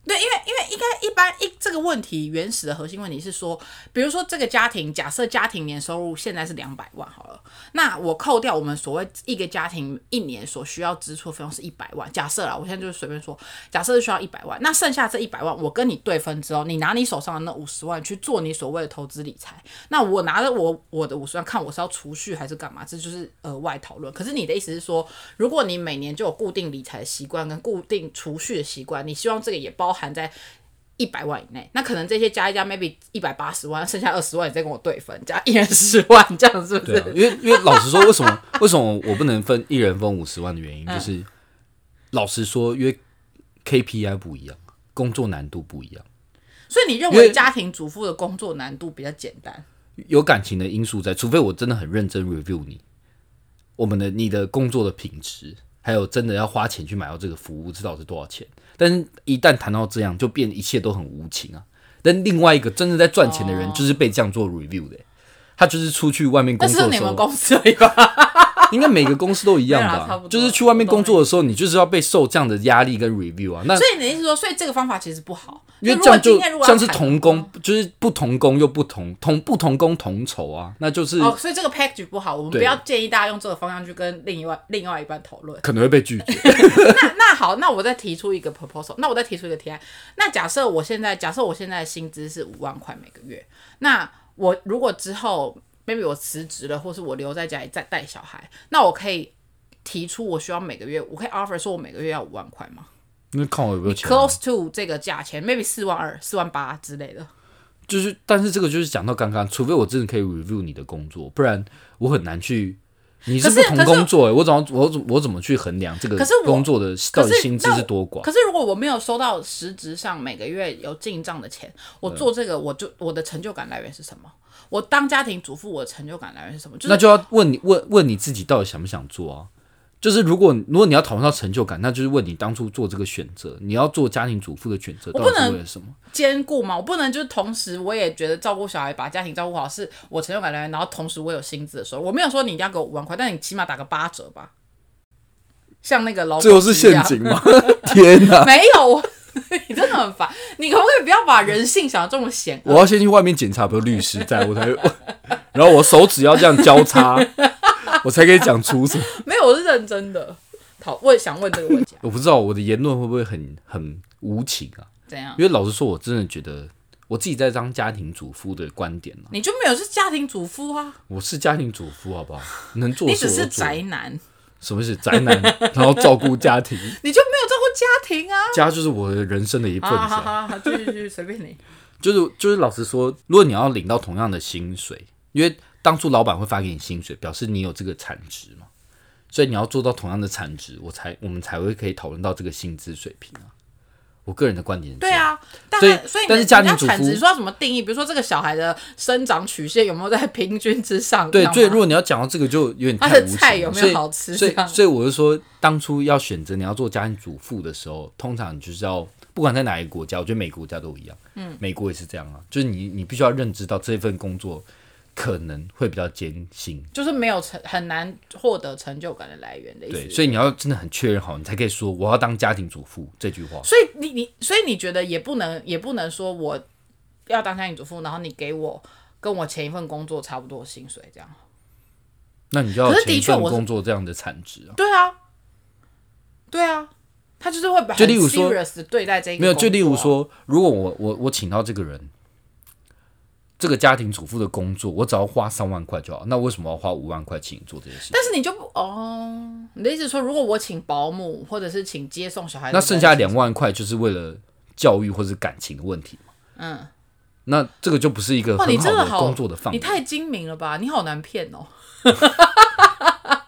[SPEAKER 1] 对，因为因为应该一般一这个问题原始的核心问题是说，比如说这个家庭，假设家庭年收入现在是两百万好了，那我扣掉我们所谓一个家庭一年所需要支出的费用是一百万，假设啦，我现在就是随便说，假设是需要一百万，那剩下这一百万我跟你对分之后，你拿你手上的那五十万去做你所谓的投资理财，那我拿着我我的五十万看我是要储蓄还是干嘛，这就是额外讨论。可是你的意思是说，如果你每年就有固定理财的习惯跟固定储蓄的习惯，你希望这个也包含在一百万以内，那可能这些加一加，maybe 一百八十万，剩下二十万你再跟我对分，加一人十万，这样是不
[SPEAKER 2] 对
[SPEAKER 1] 是？
[SPEAKER 2] 啊，因为因为老实说，为什么为什么我不能分一人分五十万的原因，就是、老实说，因为 KPI 不一样，工作难度不一样，
[SPEAKER 1] 所以你认
[SPEAKER 2] 因
[SPEAKER 1] 为
[SPEAKER 2] 为
[SPEAKER 1] 家庭主妇的工作难度比较简单？
[SPEAKER 2] 有感情的因素在，除非我真的很认真 review 你我们的你的工作的品质，还有真的要花钱去买到这个服务，知道是多少钱。但是一旦谈到这样，就变一切都很无情啊。但另外一个真正在赚钱
[SPEAKER 1] 哦
[SPEAKER 2] 的人，就是被这样做 review 的欸、他就是出去外面
[SPEAKER 1] 那
[SPEAKER 2] 工
[SPEAKER 1] 是
[SPEAKER 2] 作的
[SPEAKER 1] 你
[SPEAKER 2] 时
[SPEAKER 1] 们
[SPEAKER 2] 候，
[SPEAKER 1] 公司而已吧？
[SPEAKER 2] 应该每个公司都一样
[SPEAKER 1] 没有啦差
[SPEAKER 2] 吧
[SPEAKER 1] 不？多
[SPEAKER 2] 就是去外面工作的时候，你就是要被受这样的压力跟 review 啊。那
[SPEAKER 1] 所以你的意思是说，所以这个方法其实不好，
[SPEAKER 2] 因为
[SPEAKER 1] 如
[SPEAKER 2] 这
[SPEAKER 1] 果
[SPEAKER 2] 样
[SPEAKER 1] 今
[SPEAKER 2] 就
[SPEAKER 1] 天如果要嗯
[SPEAKER 2] 像是
[SPEAKER 1] 砍
[SPEAKER 2] 同工，就是不同工又不同同不同工同酬啊，那就是
[SPEAKER 1] 哦，所以这个 package 不好，我们
[SPEAKER 2] 对
[SPEAKER 1] 不要建议大家用这个方向去跟另一外另外一半讨论。
[SPEAKER 2] 可能会被拒绝。
[SPEAKER 1] 那那好，那我再提出一个 proposal，那我再提出一个提案。那假设我现在假设我现在的薪资是五万块每个月，那我如果之后 maybe 我辞职了，或是我留在家里再带小孩，那我可以提出我需要每个月，我可以 offer 说我每个月要五万块吗
[SPEAKER 2] 那看我有没有钱啊、
[SPEAKER 1] ？Close to 这个价钱，maybe 四万二、四万八之类的。
[SPEAKER 2] 就是，但是这个就是讲到刚刚，除非我真的可以 review 你的工作，不然我很难去。你是
[SPEAKER 1] 可是
[SPEAKER 2] 不同工作、欸，我怎么我怎我怎么去衡量这个
[SPEAKER 1] 可是我
[SPEAKER 2] 工作的到
[SPEAKER 1] 可
[SPEAKER 2] 底
[SPEAKER 1] 是
[SPEAKER 2] 薪资
[SPEAKER 1] 那
[SPEAKER 2] 是多寡？
[SPEAKER 1] 可是如果我没有收到实质上每个月有进账的钱，我做这个我就我的成就感来源是什么？我当家庭主妇，我的成就感来源是什么？就是
[SPEAKER 2] 那就要问你问问你自己到底想不想做啊？就是如果如果你要讨论到成就感，那就是问你当初做这个选择，你要做家庭主妇的选择，
[SPEAKER 1] 我
[SPEAKER 2] 到
[SPEAKER 1] 不
[SPEAKER 2] 底是
[SPEAKER 1] 能
[SPEAKER 2] 为了什么？
[SPEAKER 1] 兼顾嘛，我不能就是同时我也觉得照顾小孩、把家庭照顾好是我成就感来源，然后同时我有薪资的时候，我没有说你一定要给我五万块，但你起码打个八折吧。像那个老
[SPEAKER 2] 最后是陷阱吗？天哪！
[SPEAKER 1] 没有，我啊你真的很烦。你可不可以不要把人性想的这么啊险恶？
[SPEAKER 2] 我要先去外面检查有没有律师在，我才，然后我手指要这样交叉，我才可以讲出什么。
[SPEAKER 1] 没有，我是认真的。讨问想问这个问题、啊，
[SPEAKER 2] 我不知道我的言论会不会很很无情啊？
[SPEAKER 1] 怎 样？
[SPEAKER 2] 因为老实说，我真的觉得我自己在当家庭主妇的观点啊，
[SPEAKER 1] 你就没有是家庭主妇啊？
[SPEAKER 2] 我是家庭主妇，好不好？ 能做
[SPEAKER 1] 你
[SPEAKER 2] 的事
[SPEAKER 1] 只
[SPEAKER 2] 我都
[SPEAKER 1] 是
[SPEAKER 2] 做
[SPEAKER 1] 宅，男，
[SPEAKER 2] 什么是宅男？ 然后照顾家庭，
[SPEAKER 1] 你就没有照顾家庭啊？
[SPEAKER 2] 家就是我的人生的一份
[SPEAKER 1] 好
[SPEAKER 2] 子
[SPEAKER 1] 好
[SPEAKER 2] 啊、
[SPEAKER 1] 好好好，继续继续，随便你。
[SPEAKER 2] 就是就是老实说，如果你要领到同样的薪水，因为当初老板会发给你薪水，表示你有这个产值嘛，所以你要做到同样的产值，我才我们才会可以讨论到这个薪资水平啊。我个人的观点是这
[SPEAKER 1] 对
[SPEAKER 2] 样，
[SPEAKER 1] 啊，但
[SPEAKER 2] 所以
[SPEAKER 1] 所以
[SPEAKER 2] 但
[SPEAKER 1] 你
[SPEAKER 2] 是家庭主
[SPEAKER 1] 你要产
[SPEAKER 2] 妇
[SPEAKER 1] 值说要怎么定义？比如说这个小孩的生长曲线有没有在平均之上？这
[SPEAKER 2] 对，
[SPEAKER 1] 样
[SPEAKER 2] 所以
[SPEAKER 1] 吗
[SPEAKER 2] 如果你要讲到这个，就有点
[SPEAKER 1] 他
[SPEAKER 2] 太
[SPEAKER 1] 的
[SPEAKER 2] 无情
[SPEAKER 1] 菜
[SPEAKER 2] 了
[SPEAKER 1] 有没有
[SPEAKER 2] 所以
[SPEAKER 1] 好吃
[SPEAKER 2] 所以
[SPEAKER 1] 这样
[SPEAKER 2] 所以我是说，当初要选择你要做家庭主妇的时候，通常你就是要不管在哪一个国家，我觉得每个国家都一样，嗯，美国也是这样啊，就是你你必须要认知到这份工作可能会比较艰辛，
[SPEAKER 1] 就是没有成很难获得成就感的来源的意思。
[SPEAKER 2] 对，所以你要真的很确认好，你才可以说我要当家庭主妇这句话。
[SPEAKER 1] 所以你你所以你觉得也不能也不能说我要当家庭主妇，然后你给我跟我前一份工作差不多的薪水这样。
[SPEAKER 2] 那你就要
[SPEAKER 1] 可
[SPEAKER 2] 有
[SPEAKER 1] 是
[SPEAKER 2] 前
[SPEAKER 1] 的
[SPEAKER 2] 一
[SPEAKER 1] 确
[SPEAKER 2] 份
[SPEAKER 1] 我是
[SPEAKER 2] 工作这样的产值啊。
[SPEAKER 1] 对啊，对啊，他就是会很
[SPEAKER 2] 就例如说
[SPEAKER 1] serious 的对待这一个
[SPEAKER 2] 没有，就
[SPEAKER 1] 工
[SPEAKER 2] 例如
[SPEAKER 1] 作啊，
[SPEAKER 2] 说，如果我我我请到这个人，这个家庭主妇的工作，我只要花三万块就好，那为什么要花五万块请你做这件事？
[SPEAKER 1] 但是你就不哦，你的意思是说，如果我请保姆或者是请接送小孩的
[SPEAKER 2] 那
[SPEAKER 1] 人，
[SPEAKER 2] 剩下两万块就是为了教育或是感情的问题嘛？
[SPEAKER 1] 嗯，
[SPEAKER 2] 那这个就不是一个
[SPEAKER 1] 哇，
[SPEAKER 2] 很
[SPEAKER 1] 你真
[SPEAKER 2] 好
[SPEAKER 1] 的
[SPEAKER 2] 的
[SPEAKER 1] 好
[SPEAKER 2] 工作的范
[SPEAKER 1] 你
[SPEAKER 2] 围。
[SPEAKER 1] 太精明了吧？你好难骗哦。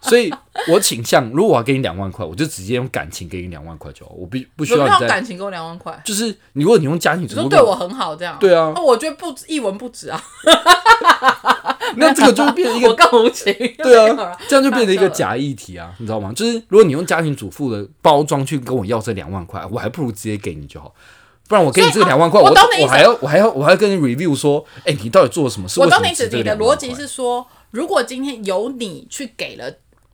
[SPEAKER 2] 所以，我倾向如果我要给你两万块，我就直接用感情给你两万块就好，我不不需
[SPEAKER 1] 有没
[SPEAKER 2] 要
[SPEAKER 1] 有
[SPEAKER 2] 你再
[SPEAKER 1] 感情给我两万块？
[SPEAKER 2] 就是你如果你用家庭
[SPEAKER 1] 你
[SPEAKER 2] 主
[SPEAKER 1] 说
[SPEAKER 2] 妇
[SPEAKER 1] 对我很好这样？
[SPEAKER 2] 对啊
[SPEAKER 1] 那我觉得不一文不值啊，
[SPEAKER 2] 那这个就会变成 一
[SPEAKER 1] 我
[SPEAKER 2] 个
[SPEAKER 1] 更无情。
[SPEAKER 2] 对
[SPEAKER 1] 没有
[SPEAKER 2] 啊
[SPEAKER 1] 啦，
[SPEAKER 2] 这样就变成一个假议题啊，你知道吗？就是如果你用家庭主妇的包装去跟我要这两万块，我还不如直接给你就好。不然我给你这个
[SPEAKER 1] 所以
[SPEAKER 2] 两
[SPEAKER 1] 啊
[SPEAKER 2] 万块，
[SPEAKER 1] 我
[SPEAKER 2] 我
[SPEAKER 1] 懂你意
[SPEAKER 2] 我
[SPEAKER 1] 思
[SPEAKER 2] 还要我还要我还要跟你 review 说，哎、你到底做了什么事？
[SPEAKER 1] 我
[SPEAKER 2] 为什
[SPEAKER 1] 懂
[SPEAKER 2] 么
[SPEAKER 1] 你指
[SPEAKER 2] 值
[SPEAKER 1] 你
[SPEAKER 2] 这
[SPEAKER 1] 的
[SPEAKER 2] 2万
[SPEAKER 1] 逻
[SPEAKER 2] 块
[SPEAKER 1] 辑是说，如果今天由你去给了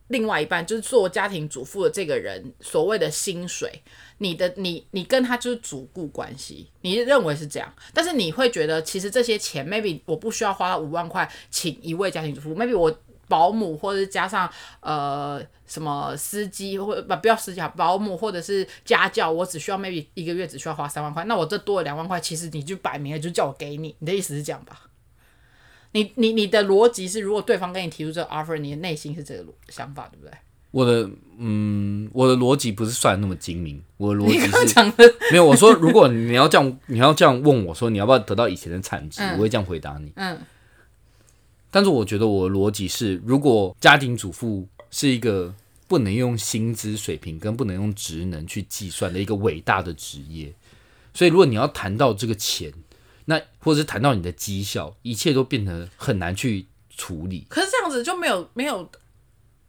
[SPEAKER 1] 另外一半，就是做家庭主妇的这个人所谓的薪水，你的你你跟他就是主顾关系，你认为是这样，但是你会觉得其实这些钱，maybe 我不需要花五万块请一位家庭主妇，maybe 我。保姆，或者是加上呃什么司机，或不不要司机啊，保姆或者是家教，我只需要 maybe 一个月只需要花三万块，那我这多了两万块，其实你就摆明了就叫我给你，你的意思是这样吧？你你你的逻辑是，如果对方跟你提出这个 offer，你的内心是这个逻想法，对不对？
[SPEAKER 2] 我的嗯，我的逻辑不是算得那么精明，我的逻辑
[SPEAKER 1] 你刚刚
[SPEAKER 2] 是
[SPEAKER 1] 讲的，
[SPEAKER 2] 没有。我说，如果你要这样，你要这样问我说，你要不要得到以前的产值，我会这样回答你。
[SPEAKER 1] 嗯，
[SPEAKER 2] 但是我觉得我的逻辑是，如果家庭主妇是一个不能用薪资水平跟不能用职能去计算的一个伟大的职业，所以如果你要谈到这个钱，那或者是谈到你的绩效，一切都变得很难去处理。
[SPEAKER 1] 可是这样子就没有没有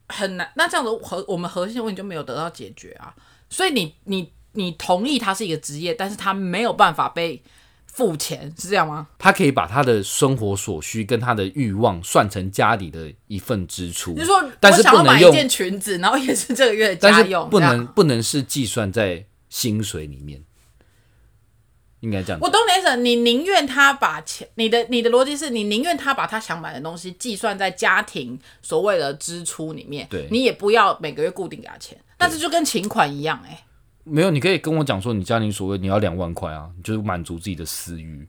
[SPEAKER 1] 很难，那这样子核我们核心的问题就没有得到解决啊。所以你你你同意它是一个职业，但是它没有办法被付钱，是这样吗？
[SPEAKER 2] 他可以把他的生活所需跟他的欲望算成家里的一份支出。
[SPEAKER 1] 就是说
[SPEAKER 2] 但
[SPEAKER 1] 我
[SPEAKER 2] 是
[SPEAKER 1] 想
[SPEAKER 2] 不
[SPEAKER 1] 要
[SPEAKER 2] 能
[SPEAKER 1] 买一
[SPEAKER 2] 用，
[SPEAKER 1] 件裙子，然后也是这个月的
[SPEAKER 2] 但
[SPEAKER 1] 家
[SPEAKER 2] 是
[SPEAKER 1] 用，
[SPEAKER 2] 不
[SPEAKER 1] 这样
[SPEAKER 2] 能不能是计算在薪水里面，应该这样
[SPEAKER 1] 我
[SPEAKER 2] 讲。
[SPEAKER 1] 懂你的意思，你宁愿他把钱，你的你的逻辑是你宁愿他把他想买的东西计算在家庭所谓的支出里面，
[SPEAKER 2] 对
[SPEAKER 1] 你也不要每个月固定给他钱，但是就跟请款一样、哎，
[SPEAKER 2] 没有，你可以跟我讲说你家庭所谓你要两万块啊，你就是满足自己的私欲，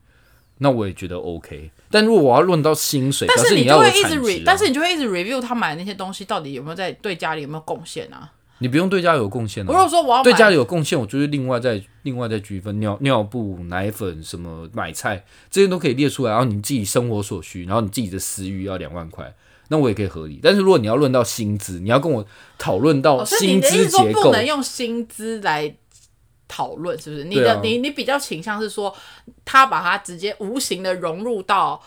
[SPEAKER 2] 那我也觉得 OK。但如果我要论到薪水，
[SPEAKER 1] 但
[SPEAKER 2] 表示
[SPEAKER 1] 是
[SPEAKER 2] 你
[SPEAKER 1] 就
[SPEAKER 2] 要
[SPEAKER 1] 会
[SPEAKER 2] 有
[SPEAKER 1] 一
[SPEAKER 2] 产值
[SPEAKER 1] 直
[SPEAKER 2] 啊、
[SPEAKER 1] re，、但是你就会一直 review 他买的那些东西到底有没有在对家里有没有贡献啊？
[SPEAKER 2] 你不用对家有贡献、啊。
[SPEAKER 1] 我如果说我要买
[SPEAKER 2] 对家里有贡献，我就是另外再另外再区分尿尿布、奶粉、什么买菜这些都可以列出来，然后你自己生活所需，然后你自己的私欲要两万块，那我也可以合理。但是如果你要论到薪资，你要跟我讨论到
[SPEAKER 1] 哦，所以
[SPEAKER 2] 薪
[SPEAKER 1] 你的意
[SPEAKER 2] 资
[SPEAKER 1] 思说
[SPEAKER 2] 结
[SPEAKER 1] 不
[SPEAKER 2] 构，
[SPEAKER 1] 能用薪资来讨论，是不是？你
[SPEAKER 2] 对
[SPEAKER 1] 的、
[SPEAKER 2] 啊
[SPEAKER 1] 你你比较倾向是说，他把它直接无形的融入到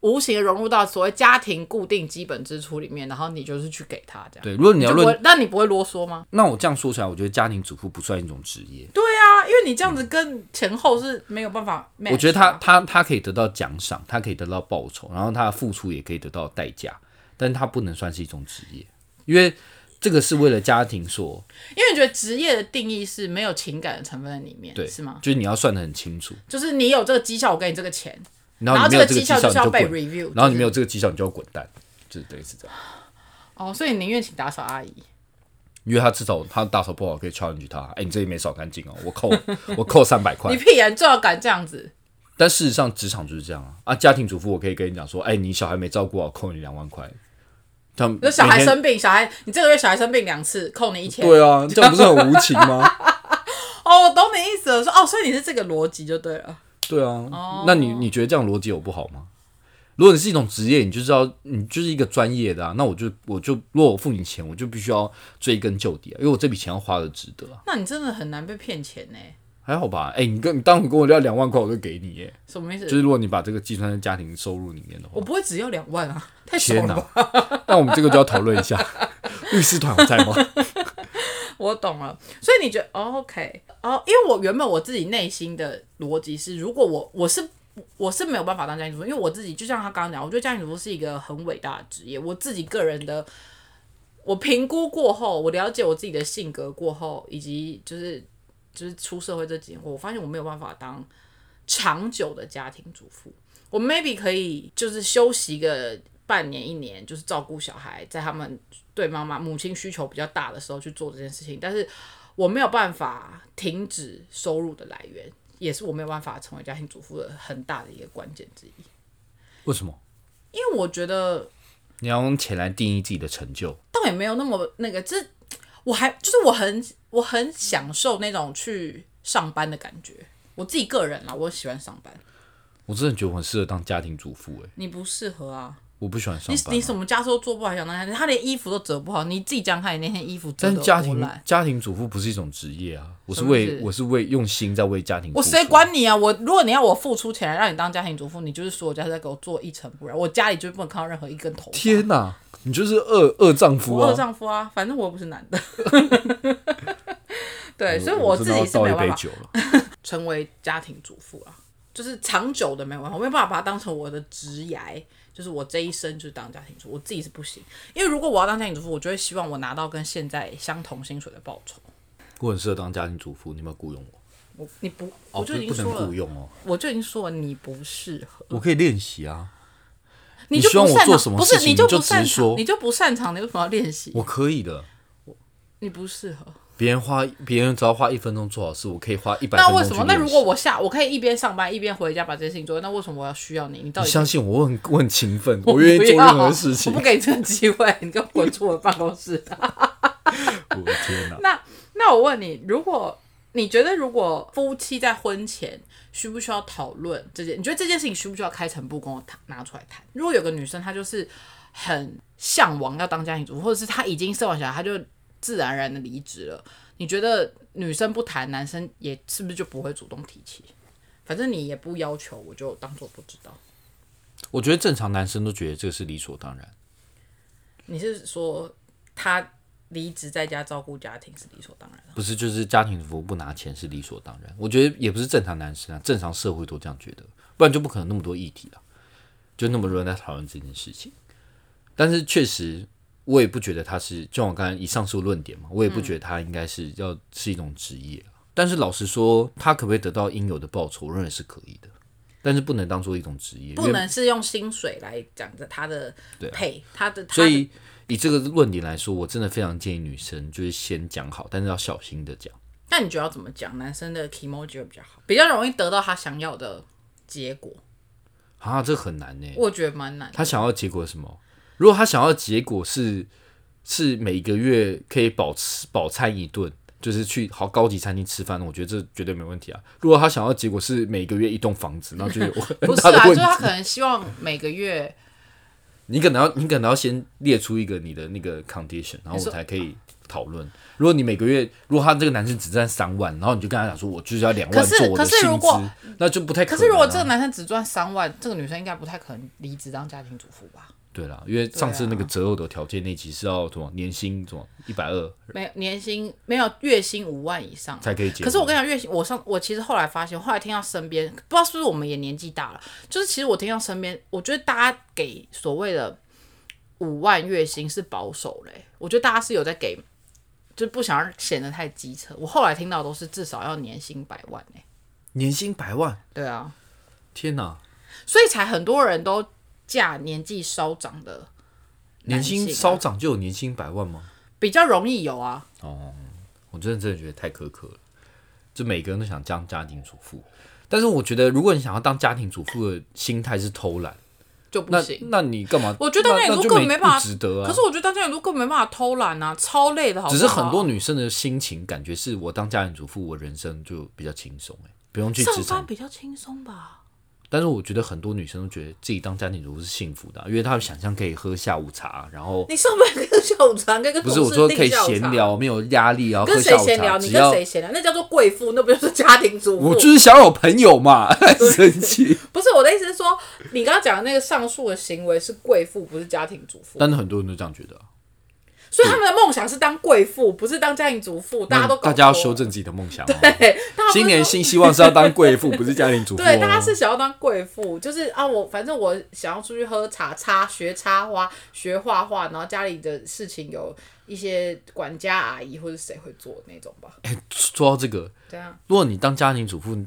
[SPEAKER 1] 无形的融入到所谓家庭固定基本支出里面，然后你就是去给他这样。
[SPEAKER 2] 对，如果你
[SPEAKER 1] 你
[SPEAKER 2] 要
[SPEAKER 1] 就不
[SPEAKER 2] 论，
[SPEAKER 1] 会，那你不会啰嗦吗？
[SPEAKER 2] 那我这样说起来，我觉得家庭主妇不算一种职业。
[SPEAKER 1] 对啊，因为你这样子跟前后是没有办法 match 的啊。
[SPEAKER 2] 我觉得他他他可以得到奖赏，他可以得到报酬，然后他的付出也可以得到代价，但他不能算是一种职业，因为这个是为了家庭所
[SPEAKER 1] 因为你觉得职业的定义是没有情感的成分在里面，
[SPEAKER 2] 对
[SPEAKER 1] 是吗？
[SPEAKER 2] 就是你要算得很清楚，
[SPEAKER 1] 就是你有这个绩效，我给你这个钱，
[SPEAKER 2] 然
[SPEAKER 1] 后
[SPEAKER 2] 后你没有这
[SPEAKER 1] 绩
[SPEAKER 2] 个绩效
[SPEAKER 1] 就
[SPEAKER 2] 你
[SPEAKER 1] 是要
[SPEAKER 2] 就
[SPEAKER 1] 被
[SPEAKER 2] 滚，
[SPEAKER 1] review，
[SPEAKER 2] 然后
[SPEAKER 1] 就
[SPEAKER 2] 你
[SPEAKER 1] 是
[SPEAKER 2] 没有这个绩效你就要滚蛋，就是对是这样，
[SPEAKER 1] 哦，所以你宁愿请打扫 阿姨。
[SPEAKER 2] 因为他至少他打扫不好可以 challenge 他，哎、你这里没扫干净哦，我扣 我扣三百块
[SPEAKER 1] 你，屁眼最好敢这样子，
[SPEAKER 2] 但事实上职场就是这样啊，啊家庭主妇我可以跟你讲说，哎、你小孩没照顾好，扣你两万块，他们
[SPEAKER 1] 就小
[SPEAKER 2] 每
[SPEAKER 1] 孩
[SPEAKER 2] 天
[SPEAKER 1] 生病，小孩你这个月小孩生病两次，扣你一千。
[SPEAKER 2] 对啊，这样不是很无情吗？
[SPEAKER 1] 哦，我懂你意思了，说哦，所以你是这个逻辑就对了。
[SPEAKER 2] 对啊，
[SPEAKER 1] 哦
[SPEAKER 2] 那你你觉得这样逻辑有不好吗？如果你是一种职业，你就知道你就是一个专业的啊，那我就我就如果我付你钱，我就必须要追根究底啊，因为我这笔钱要花的值得啊，
[SPEAKER 1] 那你真的很难被骗钱呢，
[SPEAKER 2] 还好吧？哎、你跟你当你跟我要两万块，我就给你耶。
[SPEAKER 1] 什么意思？
[SPEAKER 2] 就是如果你把这个计算在家庭收入里面的话
[SPEAKER 1] 我，不会只要两万啊，太少
[SPEAKER 2] 天
[SPEAKER 1] 了吧。
[SPEAKER 2] 哪！那我们这个就要讨论 一下，律师团有在吗？
[SPEAKER 1] 我懂了，所以你觉得、哦、OK 哦？因为我原本我自己内心的逻辑是，如果我我是我是没有办法当家庭主妇，因为我自己就像他刚刚讲，我觉得家庭主妇是一个很伟大的职业。我自己个人的，我评估过后，我了解我自己的性格过后，以及就是就是出社会这几年，我发现我没有办法当长久的家庭主妇。我 maybe 可以就是休息个半年一年，就是照顾小孩，在他们对妈妈母亲需求比较大的时候去做这件事情，但是我没有办法停止收入的来源，也是我没有办法成为家庭主妇的很大的一个关键之一。
[SPEAKER 2] 为什么？
[SPEAKER 1] 因为我觉得
[SPEAKER 2] 你要用钱来定义自己的成就，
[SPEAKER 1] 倒也没有那么那个，这我还就是我很我很享受那种去上班的感觉。我自己个人啦，我喜欢上班，
[SPEAKER 2] 我真的觉得我很适合当家庭主妇，哎，
[SPEAKER 1] 你不适合啊！
[SPEAKER 2] 我不喜欢上
[SPEAKER 1] 你
[SPEAKER 2] 班啊、
[SPEAKER 1] 你什么家事都做不好，想当家庭，他连衣服都折不好，你自己讲看你那天衣服折
[SPEAKER 2] 但
[SPEAKER 1] 的
[SPEAKER 2] 是家
[SPEAKER 1] 多
[SPEAKER 2] 庭
[SPEAKER 1] 烂。
[SPEAKER 2] 家庭主妇不是一种职业啊，我是
[SPEAKER 1] 什么意
[SPEAKER 2] 为
[SPEAKER 1] 思
[SPEAKER 2] 我是为用心在为家庭。
[SPEAKER 1] 我谁？管你啊！我如果你要我付出钱让你当家庭主妇，你就是说我家在给我做一尘不染，我家里就不能看到任何一根头发。
[SPEAKER 2] 天啊哪、你就是恶恶丈夫
[SPEAKER 1] 我二
[SPEAKER 2] 啊！
[SPEAKER 1] 丈夫啊，反正我又不是男的。 对，所以
[SPEAKER 2] 哦我
[SPEAKER 1] 自
[SPEAKER 2] 真
[SPEAKER 1] 己
[SPEAKER 2] 的要
[SPEAKER 1] 是没有
[SPEAKER 2] 倒
[SPEAKER 1] 办
[SPEAKER 2] 一杯
[SPEAKER 1] 法
[SPEAKER 2] 酒了。
[SPEAKER 1] 成为家庭主妇啊，就是长久的没有办法，我没有办法把它当成我的职涯，就是我这一生就是当家庭主妇，我自己是不行。因为如果我要当家庭主妇，我就会希望我拿到跟现在相同薪水的报酬。
[SPEAKER 2] 我很适合当家庭主妇，你有没有雇佣我？
[SPEAKER 1] 我你不，
[SPEAKER 2] 哦，
[SPEAKER 1] 我就已
[SPEAKER 2] 不
[SPEAKER 1] 经
[SPEAKER 2] 不
[SPEAKER 1] 说
[SPEAKER 2] 能雇
[SPEAKER 1] 了，
[SPEAKER 2] 佣哦，
[SPEAKER 1] 我就已经说了你不适合。
[SPEAKER 2] 我可以练习啊，
[SPEAKER 1] 你
[SPEAKER 2] 你
[SPEAKER 1] 就
[SPEAKER 2] 希望
[SPEAKER 1] 不
[SPEAKER 2] 我
[SPEAKER 1] 擅
[SPEAKER 2] 做
[SPEAKER 1] 长，
[SPEAKER 2] 什么
[SPEAKER 1] 不
[SPEAKER 2] 事
[SPEAKER 1] 是
[SPEAKER 2] 情
[SPEAKER 1] 就
[SPEAKER 2] 你就
[SPEAKER 1] 不擅
[SPEAKER 2] 直说
[SPEAKER 1] 长，你就不擅长，你为什么要练习？
[SPEAKER 2] 我可以的。
[SPEAKER 1] 你不适合。
[SPEAKER 2] 别人花别人只要花一分钟做好事，我可以花一百分
[SPEAKER 1] 那
[SPEAKER 2] 钟
[SPEAKER 1] 为
[SPEAKER 2] 去
[SPEAKER 1] 什么？那
[SPEAKER 2] 练
[SPEAKER 1] 如果
[SPEAKER 2] 习
[SPEAKER 1] 我下我可以一边上班一边回家把这些事情做，那为什么我要需要你？你到
[SPEAKER 2] 你
[SPEAKER 1] 底
[SPEAKER 2] 相信我，我很我很勤 奋，我
[SPEAKER 1] 不
[SPEAKER 2] 愿意做
[SPEAKER 1] 要
[SPEAKER 2] 任何事情
[SPEAKER 1] 我。不给你这个机会，你给我滚出我的办公室。
[SPEAKER 2] 我的天哪、
[SPEAKER 1] 那那我问你，如果你觉得如果夫妻在婚前需不需要讨论这件？你觉得这件事情需不需要开诚布公的谈拿出来谈？如果有个女生她就是很向往要当家庭主妇，或者是她已经生完小孩，她就自然而然的离职了，你觉得女生不谈，男生也是不是就不会主动提起？反正你也不要求，我就当做不知道。
[SPEAKER 2] 我觉得正常男生都觉得这个是理所当然。
[SPEAKER 1] 你是说他离职在家照顾家庭是理所当然的。
[SPEAKER 2] 不是，就是家庭主妇不拿钱是理所当然。我觉得也不是正常男生啊，正常社会都这样觉得，不然就不可能那么多议题啊，就那么多人在讨论这件事情。但是确实，我也不觉得他是，就像我刚才以上述论点嘛，我
[SPEAKER 1] 嗯
[SPEAKER 2] 也不觉得他应该是要是一种职业啊、但是老实说，他可不可以得到应有的报酬，我认为是可以的，但是不能当做一种职业，因
[SPEAKER 1] 不
[SPEAKER 2] 为
[SPEAKER 1] 能是用薪水来讲的他的配，他的他的
[SPEAKER 2] 啊所以以这个论点来说，我真的非常建议女生就是先讲好，但是要小心的讲。
[SPEAKER 1] 那你觉得要怎么讲男生的 emoji 会比较好，比较容易得到他想要的结果？
[SPEAKER 2] 啊，这很难呢、
[SPEAKER 1] 我觉得蛮难的。
[SPEAKER 2] 他想要结果是什么？如果他想要结果是是每个月可以饱吃饱餐一顿，就是去好高级餐厅吃饭，我觉得这绝对没问题啊。如果他想要结果是每个月一栋房子，那就 有
[SPEAKER 1] 不
[SPEAKER 2] 很
[SPEAKER 1] 是
[SPEAKER 2] 大的
[SPEAKER 1] 啊，就
[SPEAKER 2] 问
[SPEAKER 1] 是
[SPEAKER 2] 题。
[SPEAKER 1] 他可能希望每个 月
[SPEAKER 2] 你可能要你可能要先列出一个你的那个 condition，然后我才可以讨论。如果你每个月，如果他这个男生只赚三万，然后你就跟他讲说，我就是要两
[SPEAKER 1] 可
[SPEAKER 2] 万
[SPEAKER 1] 是
[SPEAKER 2] 做我的
[SPEAKER 1] 可是
[SPEAKER 2] 薪
[SPEAKER 1] 如果
[SPEAKER 2] 资，那就不太可
[SPEAKER 1] 可
[SPEAKER 2] 能啊、
[SPEAKER 1] 是如果这个男生只赚三万，这个女生应该不太可能离职当家庭主妇吧？
[SPEAKER 2] 对啦，因为上次那个
[SPEAKER 1] 啊
[SPEAKER 2] 择偶的条件那集是要什么年薪什么一百二
[SPEAKER 1] 没有年薪没有月薪五万以上。啊
[SPEAKER 2] 才可以结婚。
[SPEAKER 1] 可是我跟你讲，月薪我上我其实后来发现，后来听到身边不知道是不是我们也年纪大了，就是其实我听到身边，我觉得大家给所谓的五万月薪是保守嘞、我觉得大家是有在给，就不想让显得太机车。我后来听到都是至少要年薪百万嘞、
[SPEAKER 2] 年薪百万，
[SPEAKER 1] 对啊，
[SPEAKER 2] 天哪！
[SPEAKER 1] 所以才很多人都嫁年纪稍长的
[SPEAKER 2] 年
[SPEAKER 1] 男性啊
[SPEAKER 2] 薪稍涨就有年薪百万吗？
[SPEAKER 1] 比较容易有啊。
[SPEAKER 2] 我真的真的觉得太苛刻了，就每个人都想当家庭主妇，但是我觉得如果你想要当家庭主妇的心态是偷懒，
[SPEAKER 1] 就不
[SPEAKER 2] 那
[SPEAKER 1] 行。
[SPEAKER 2] 那你干嘛？
[SPEAKER 1] 我觉得当
[SPEAKER 2] 那
[SPEAKER 1] 家庭主妇
[SPEAKER 2] 那就
[SPEAKER 1] 根本没办法
[SPEAKER 2] 不值得啊
[SPEAKER 1] 可是。我觉得当家庭主妇根本没办法偷懒啊，超累的好不好。
[SPEAKER 2] 只是很多女生的心情感觉是我当家庭主妇，我人生就比较轻松哎，不用去职
[SPEAKER 1] 上班
[SPEAKER 2] 场。
[SPEAKER 1] 比较轻松吧？
[SPEAKER 2] 但是我觉得很多女生都觉得自己当家庭主妇是幸福的啊、因为她们想象可以喝下午茶，然后
[SPEAKER 1] 你上班可以跟下午茶，跟跟同
[SPEAKER 2] 不是
[SPEAKER 1] 事
[SPEAKER 2] 我说可
[SPEAKER 1] 订
[SPEAKER 2] 以
[SPEAKER 1] 下午茶
[SPEAKER 2] 闲，聊，没有压力，然后喝
[SPEAKER 1] 跟谁
[SPEAKER 2] 下午
[SPEAKER 1] 闲
[SPEAKER 2] 茶，
[SPEAKER 1] 聊？
[SPEAKER 2] 只
[SPEAKER 1] 你
[SPEAKER 2] 要
[SPEAKER 1] 跟谁闲聊？那叫做贵妇，那不就是家庭主妇
[SPEAKER 2] 我？就是想有朋友 嘛，生气。
[SPEAKER 1] 不是我的意思是说，你刚刚讲的那个上述的行为是贵妇，不是家庭主妇，
[SPEAKER 2] 但是很多人都这样觉得啊，
[SPEAKER 1] 所以他们的梦想是当贵妇，不是当家庭主妇。大家都
[SPEAKER 2] 那
[SPEAKER 1] 搞
[SPEAKER 2] 大家要
[SPEAKER 1] 错
[SPEAKER 2] 修正自己的梦想、哦。
[SPEAKER 1] 对，大家不是
[SPEAKER 2] 新
[SPEAKER 1] 说
[SPEAKER 2] 年新希望是要当贵妇，不是家庭主妇、哦。
[SPEAKER 1] 对，大家是想要当贵妇，就是啊，我反正我想要出去喝茶、插学插花、学画画，然后家里的事情有一些管家阿姨或者谁会做那种吧。
[SPEAKER 2] 哎说到这个，
[SPEAKER 1] 这样
[SPEAKER 2] 如果你当家庭主妇，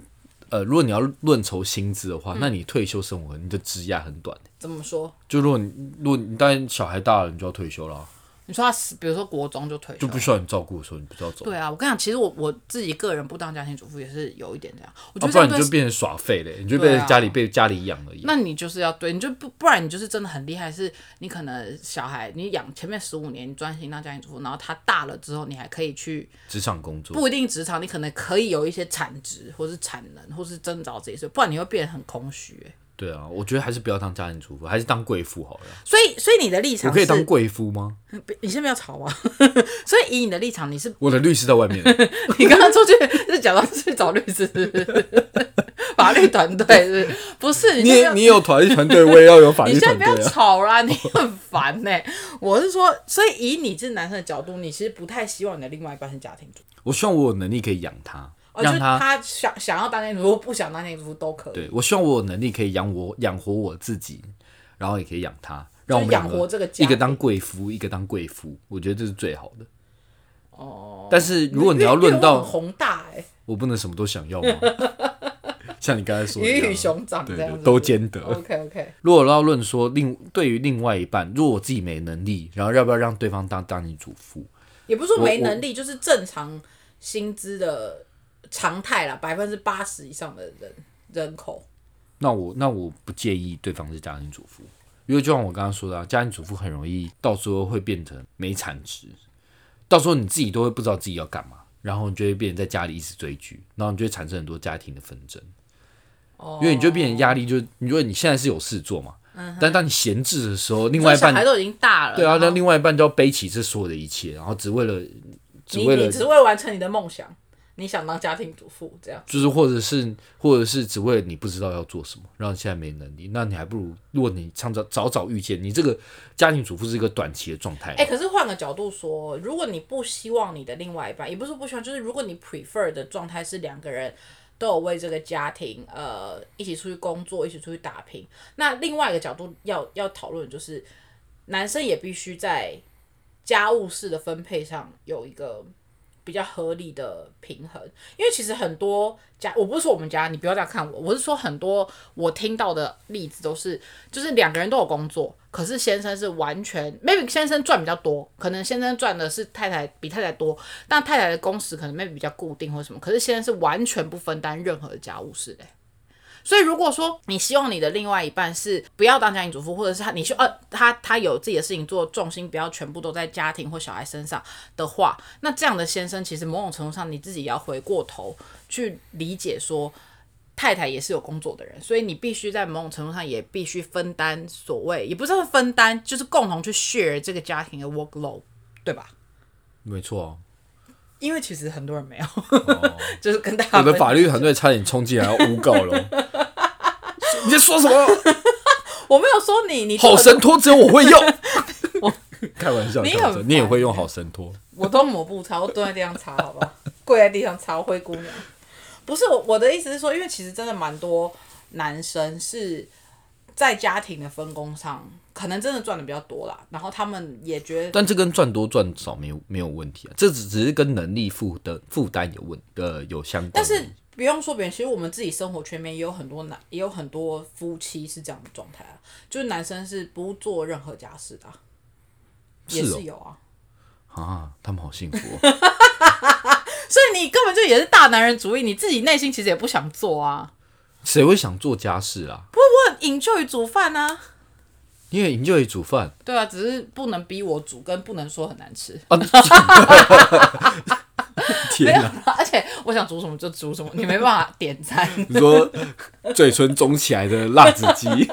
[SPEAKER 2] 呃，如果你要论酬薪资的
[SPEAKER 1] 嗯
[SPEAKER 2] 话，那你退休生活你的职涯很短。
[SPEAKER 1] 怎么说？
[SPEAKER 2] 就如果你如果你当然小孩大了，你就要退休了啊，
[SPEAKER 1] 你说他死，比如说国中就退
[SPEAKER 2] 就
[SPEAKER 1] 休。
[SPEAKER 2] 不需要你照顾的时候，你不就要走。
[SPEAKER 1] 对啊，我跟你讲，其实我我自己个人不当家庭主妇也是有一点这样，我觉
[SPEAKER 2] 啊、
[SPEAKER 1] 得
[SPEAKER 2] 不
[SPEAKER 1] 这样
[SPEAKER 2] 然你
[SPEAKER 1] 对，
[SPEAKER 2] 就变成耍废嘞，你就
[SPEAKER 1] 对
[SPEAKER 2] 被
[SPEAKER 1] 啊
[SPEAKER 2] 家里、被家里养而已。
[SPEAKER 1] 那你就是要对，你就不不然你就是真的很厉害，是你可能小孩你养前面十五年你专心当家庭主妇，然后他大了之后你还可以去
[SPEAKER 2] 职场工作，
[SPEAKER 1] 不一定职场，你可能可以有一些产值，或是产能，或是增长这一些，不然你会变得很空虚欸。
[SPEAKER 2] 对啊，我觉得还是不要当家庭主妇，还是当贵妇好了。
[SPEAKER 1] 所以，所以你的立场
[SPEAKER 2] 我可以当
[SPEAKER 1] 是
[SPEAKER 2] 贵妇吗？
[SPEAKER 1] 你先不要吵啊。 所以以你的立场，你是
[SPEAKER 2] 我的律师在 外面。
[SPEAKER 1] 你刚刚出去是假装去找律师， 是不是法律团队是不是？不是？你
[SPEAKER 2] 你
[SPEAKER 1] 先不
[SPEAKER 2] 也
[SPEAKER 1] 要
[SPEAKER 2] 你有团团队，我也要有 法
[SPEAKER 1] 你
[SPEAKER 2] 律
[SPEAKER 1] 现在
[SPEAKER 2] 团
[SPEAKER 1] 不要
[SPEAKER 2] 队啊。
[SPEAKER 1] 吵啦，你很烦呢、欸我是说，所以以你这男生的角度，你其实不太希望你的另外一半是家庭主妇，
[SPEAKER 2] 我希望我有能力可以养他，
[SPEAKER 1] 哦，就
[SPEAKER 2] 让
[SPEAKER 1] 是
[SPEAKER 2] 他
[SPEAKER 1] 他想想要当家庭主妇，不想当家庭主妇都可以。
[SPEAKER 2] 对我希望我有能力可以养我养活我自己，然后也可以养他，让我们
[SPEAKER 1] 养
[SPEAKER 2] 两个
[SPEAKER 1] 活这个家
[SPEAKER 2] 一个当贵夫，一个当贵夫，我觉得这是最好的。
[SPEAKER 1] 哦，
[SPEAKER 2] 但是如果你要
[SPEAKER 1] 愿
[SPEAKER 2] 论
[SPEAKER 1] 望很
[SPEAKER 2] 到
[SPEAKER 1] 宏大哎、
[SPEAKER 2] 我不能什么都 想要吗？像你刚才说的一
[SPEAKER 1] 鱼
[SPEAKER 2] 样啊
[SPEAKER 1] 与熊掌
[SPEAKER 2] 对
[SPEAKER 1] 这样
[SPEAKER 2] 对
[SPEAKER 1] 子，哦
[SPEAKER 2] 都兼得。
[SPEAKER 1] OK OK，
[SPEAKER 2] 如果要论说另对于另外一半，如果我自己没能力，然后要不要让对方当当你主妇？
[SPEAKER 1] 也不是说没能力，就是正常薪资的常态啦，百分之八十以上的人人口，
[SPEAKER 2] 那我那我不介意对方是家庭主妇，因为就像我刚刚说的、啊，家庭主妇很容易到时候会变成没产值，到时候你自己都会不知道自己要干嘛，然后你就会变成在家里一直追剧，然后你就会产生很多家庭的纷争，
[SPEAKER 1] 哦
[SPEAKER 2] 因为你就变成压力就，你因为你现在是有事做嘛，但当你闲置的时候，另
[SPEAKER 1] 另
[SPEAKER 2] 外一
[SPEAKER 1] 小孩
[SPEAKER 2] 半
[SPEAKER 1] 都已经大了，
[SPEAKER 2] 对啊，
[SPEAKER 1] 然后
[SPEAKER 2] 那另外一半就要背起这所有的一切，然后只为了只
[SPEAKER 1] 你
[SPEAKER 2] 为
[SPEAKER 1] 你
[SPEAKER 2] 了
[SPEAKER 1] 只为完成你的梦想，你想当家庭主妇这样。
[SPEAKER 2] 就是或者是或者是只为了你不知道要做什么，然后你现在没能力，那你还不如如果你趁早早早遇见，你这个家庭主妇是一个短期的状态。
[SPEAKER 1] 哎、可是换个角度说，如果你不希望你的另外一半，也不是不希望，就是如果你 prefer 的状态是两个人都有为这个家庭，呃，一起出去工作，一起出去打拼，那另外一个角度要要讨论的就是，男生也必须在家务事的分配上有一个比较合理的平衡，因为其实很多家，我不是说我们家，你不要这样看我，我是说很多我听到的例子都是，就是两个人都有工作，可是先生是完全，maybe 先生赚比较多，可能先生赚的是太太比太太多，但太太的工时可能 maybe 比较固定或什么，可是先生是完全不分担任何的家务事的欸、所以，如果说你希望你的另外一半是不要当家庭主妇，或者是他你去呃他他有自己的事情做，重心不要全部都在家庭或小孩身上的话，那这样的先生其实某种程度上你自己也要回过头去理解说，太太也是有工作的人，所以你必须在某种程度上也必须分担所谓也不是说分担，就是共同去 share 这个家庭的 workload，对吧？
[SPEAKER 2] 没错，啊
[SPEAKER 1] 因为其实很多人没有， 就是跟大家
[SPEAKER 2] 我的
[SPEAKER 1] 分
[SPEAKER 2] 法律团队差点冲进来要诬告了。哦 你在说什么？
[SPEAKER 1] 我没有说你，你
[SPEAKER 2] 好
[SPEAKER 1] 深，
[SPEAKER 2] 神托只有我会用。开玩笑，
[SPEAKER 1] 你
[SPEAKER 2] 开玩笑
[SPEAKER 1] 很
[SPEAKER 2] 你也
[SPEAKER 1] 烦欸
[SPEAKER 2] 会用好神托？
[SPEAKER 1] 我都抹布擦，我蹲在地上擦，好不 好？跪在地上擦，灰姑娘。不是我我的意思是说，因为其实真的蛮多男生是在家庭的分工上，可能真的赚的比较多啦，然后他们也觉得
[SPEAKER 2] 但这跟赚多赚少没有没有问题啊，这只只是跟能力负的负担有问呃有相关。
[SPEAKER 1] 但是不用说别人，其实我们自己生活圈面也有很多男，也有很多夫妻是这样的状态啊，就是男生是不做任何家事的啊、也
[SPEAKER 2] 是哦
[SPEAKER 1] 是有啊。
[SPEAKER 2] 啊，他们好幸福、哦。
[SPEAKER 1] 所以你根本就也是大男人主义，你自己内心其实也不想做啊，
[SPEAKER 2] 谁会想做家事啊？
[SPEAKER 1] 很 enjoy 煮饭啊。
[SPEAKER 2] 因为你就得煮饭
[SPEAKER 1] 对啊，只是不能逼我煮，跟不能说很难吃。
[SPEAKER 2] 啊。天
[SPEAKER 1] 没有
[SPEAKER 2] 哪、
[SPEAKER 1] 啦， 而且我想煮什么就煮什么，你没办法点 餐。
[SPEAKER 2] 你说嘴唇肿起来的辣子鸡，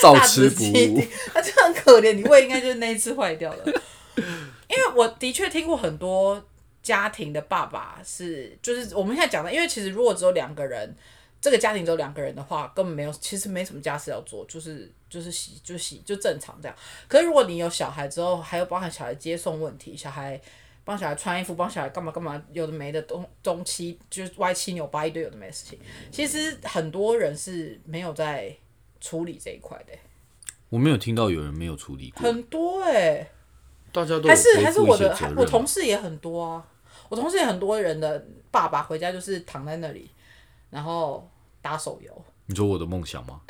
[SPEAKER 2] 照
[SPEAKER 1] 大
[SPEAKER 2] 吃
[SPEAKER 1] 只
[SPEAKER 2] 不
[SPEAKER 1] 鸡
[SPEAKER 2] 误。，
[SPEAKER 1] 那就很可怜。你胃应该就是那一次坏掉了。 因为我的确听过很多家庭的爸爸是，就是我们现在讲的，因为其实如果只有两个人，这个家庭只有两个人的话，根本没有，其实没什么家事要做，就是就是洗就洗就正常这样。可是如果你有小孩之后，还有包含小孩接送问题，小孩。帮小孩穿衣服，帮小孩干嘛干嘛，有的没的东东七就是歪七扭八一堆有的没的事情。其实很多人是没有在处理这一块的欸、
[SPEAKER 2] 我没有听到有人没有处理过，
[SPEAKER 1] 很多哎、欸，
[SPEAKER 2] 大家都有
[SPEAKER 1] 还是
[SPEAKER 2] 背负
[SPEAKER 1] 还是我
[SPEAKER 2] 一些
[SPEAKER 1] 的
[SPEAKER 2] 责任，
[SPEAKER 1] 我同事也很多啊，我同事也很多人的爸爸回家就是躺在那里，然后打手游，
[SPEAKER 2] 你说我的梦想吗？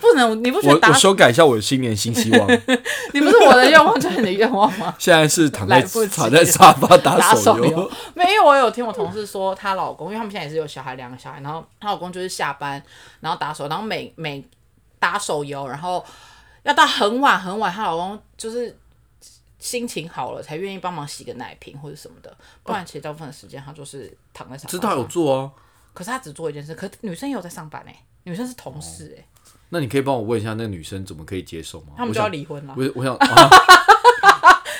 [SPEAKER 1] 不能你不觉
[SPEAKER 2] 我
[SPEAKER 1] 得打
[SPEAKER 2] 我修改一下我的新年新 希望，
[SPEAKER 1] 你不是我的愿望就是你的愿望吗？
[SPEAKER 2] 现在是躺在
[SPEAKER 1] 来不及
[SPEAKER 2] 躺在沙发 打
[SPEAKER 1] 打手
[SPEAKER 2] 手游
[SPEAKER 1] 游。，没有，因为我有听我同事说，她老公，因为他们现在也是有小孩，两个小孩，然后她老公就是下班，然后打手，然后每每打手游，然后要到很晚很晚，她老公就是心情好了才愿意帮忙洗个奶瓶或者什么的，不然其实大部分的时间她就是躺在沙发
[SPEAKER 2] 知
[SPEAKER 1] 上。
[SPEAKER 2] 道有做啊，
[SPEAKER 1] 可是她只做一件事，可是女生也有在上班哎、女生是同事哎、
[SPEAKER 2] 那你可以帮我问一下那女生怎么可以接受吗？
[SPEAKER 1] 他们
[SPEAKER 2] 我
[SPEAKER 1] 就要
[SPEAKER 2] 想，
[SPEAKER 1] 离婚了。
[SPEAKER 2] 我我想 啊，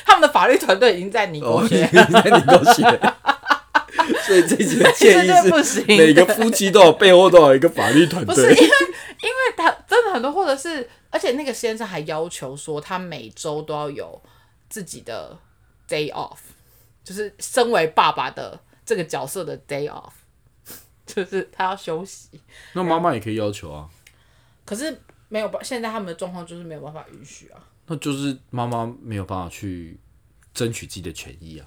[SPEAKER 1] 他们的法律团队已经在你
[SPEAKER 2] 哦
[SPEAKER 1] 过，
[SPEAKER 2] 你
[SPEAKER 1] 去，
[SPEAKER 2] 你都写。所以这一集的建议
[SPEAKER 1] 这
[SPEAKER 2] 是
[SPEAKER 1] 就不行
[SPEAKER 2] 每个夫妻都有背后都有一个法律团
[SPEAKER 1] 不是因为
[SPEAKER 2] 队。
[SPEAKER 1] 因为他真的很多，或者是而且那个先生还要求说，他每周都要有自己的 day off，就是身为爸爸的这个角色的 day off，就是他要休息。
[SPEAKER 2] 那妈妈也可以要求啊，
[SPEAKER 1] 可是没有办，现在他们的状况就是没有办法允许啊，
[SPEAKER 2] 那就是妈妈没有办法去争取自己的权益啊。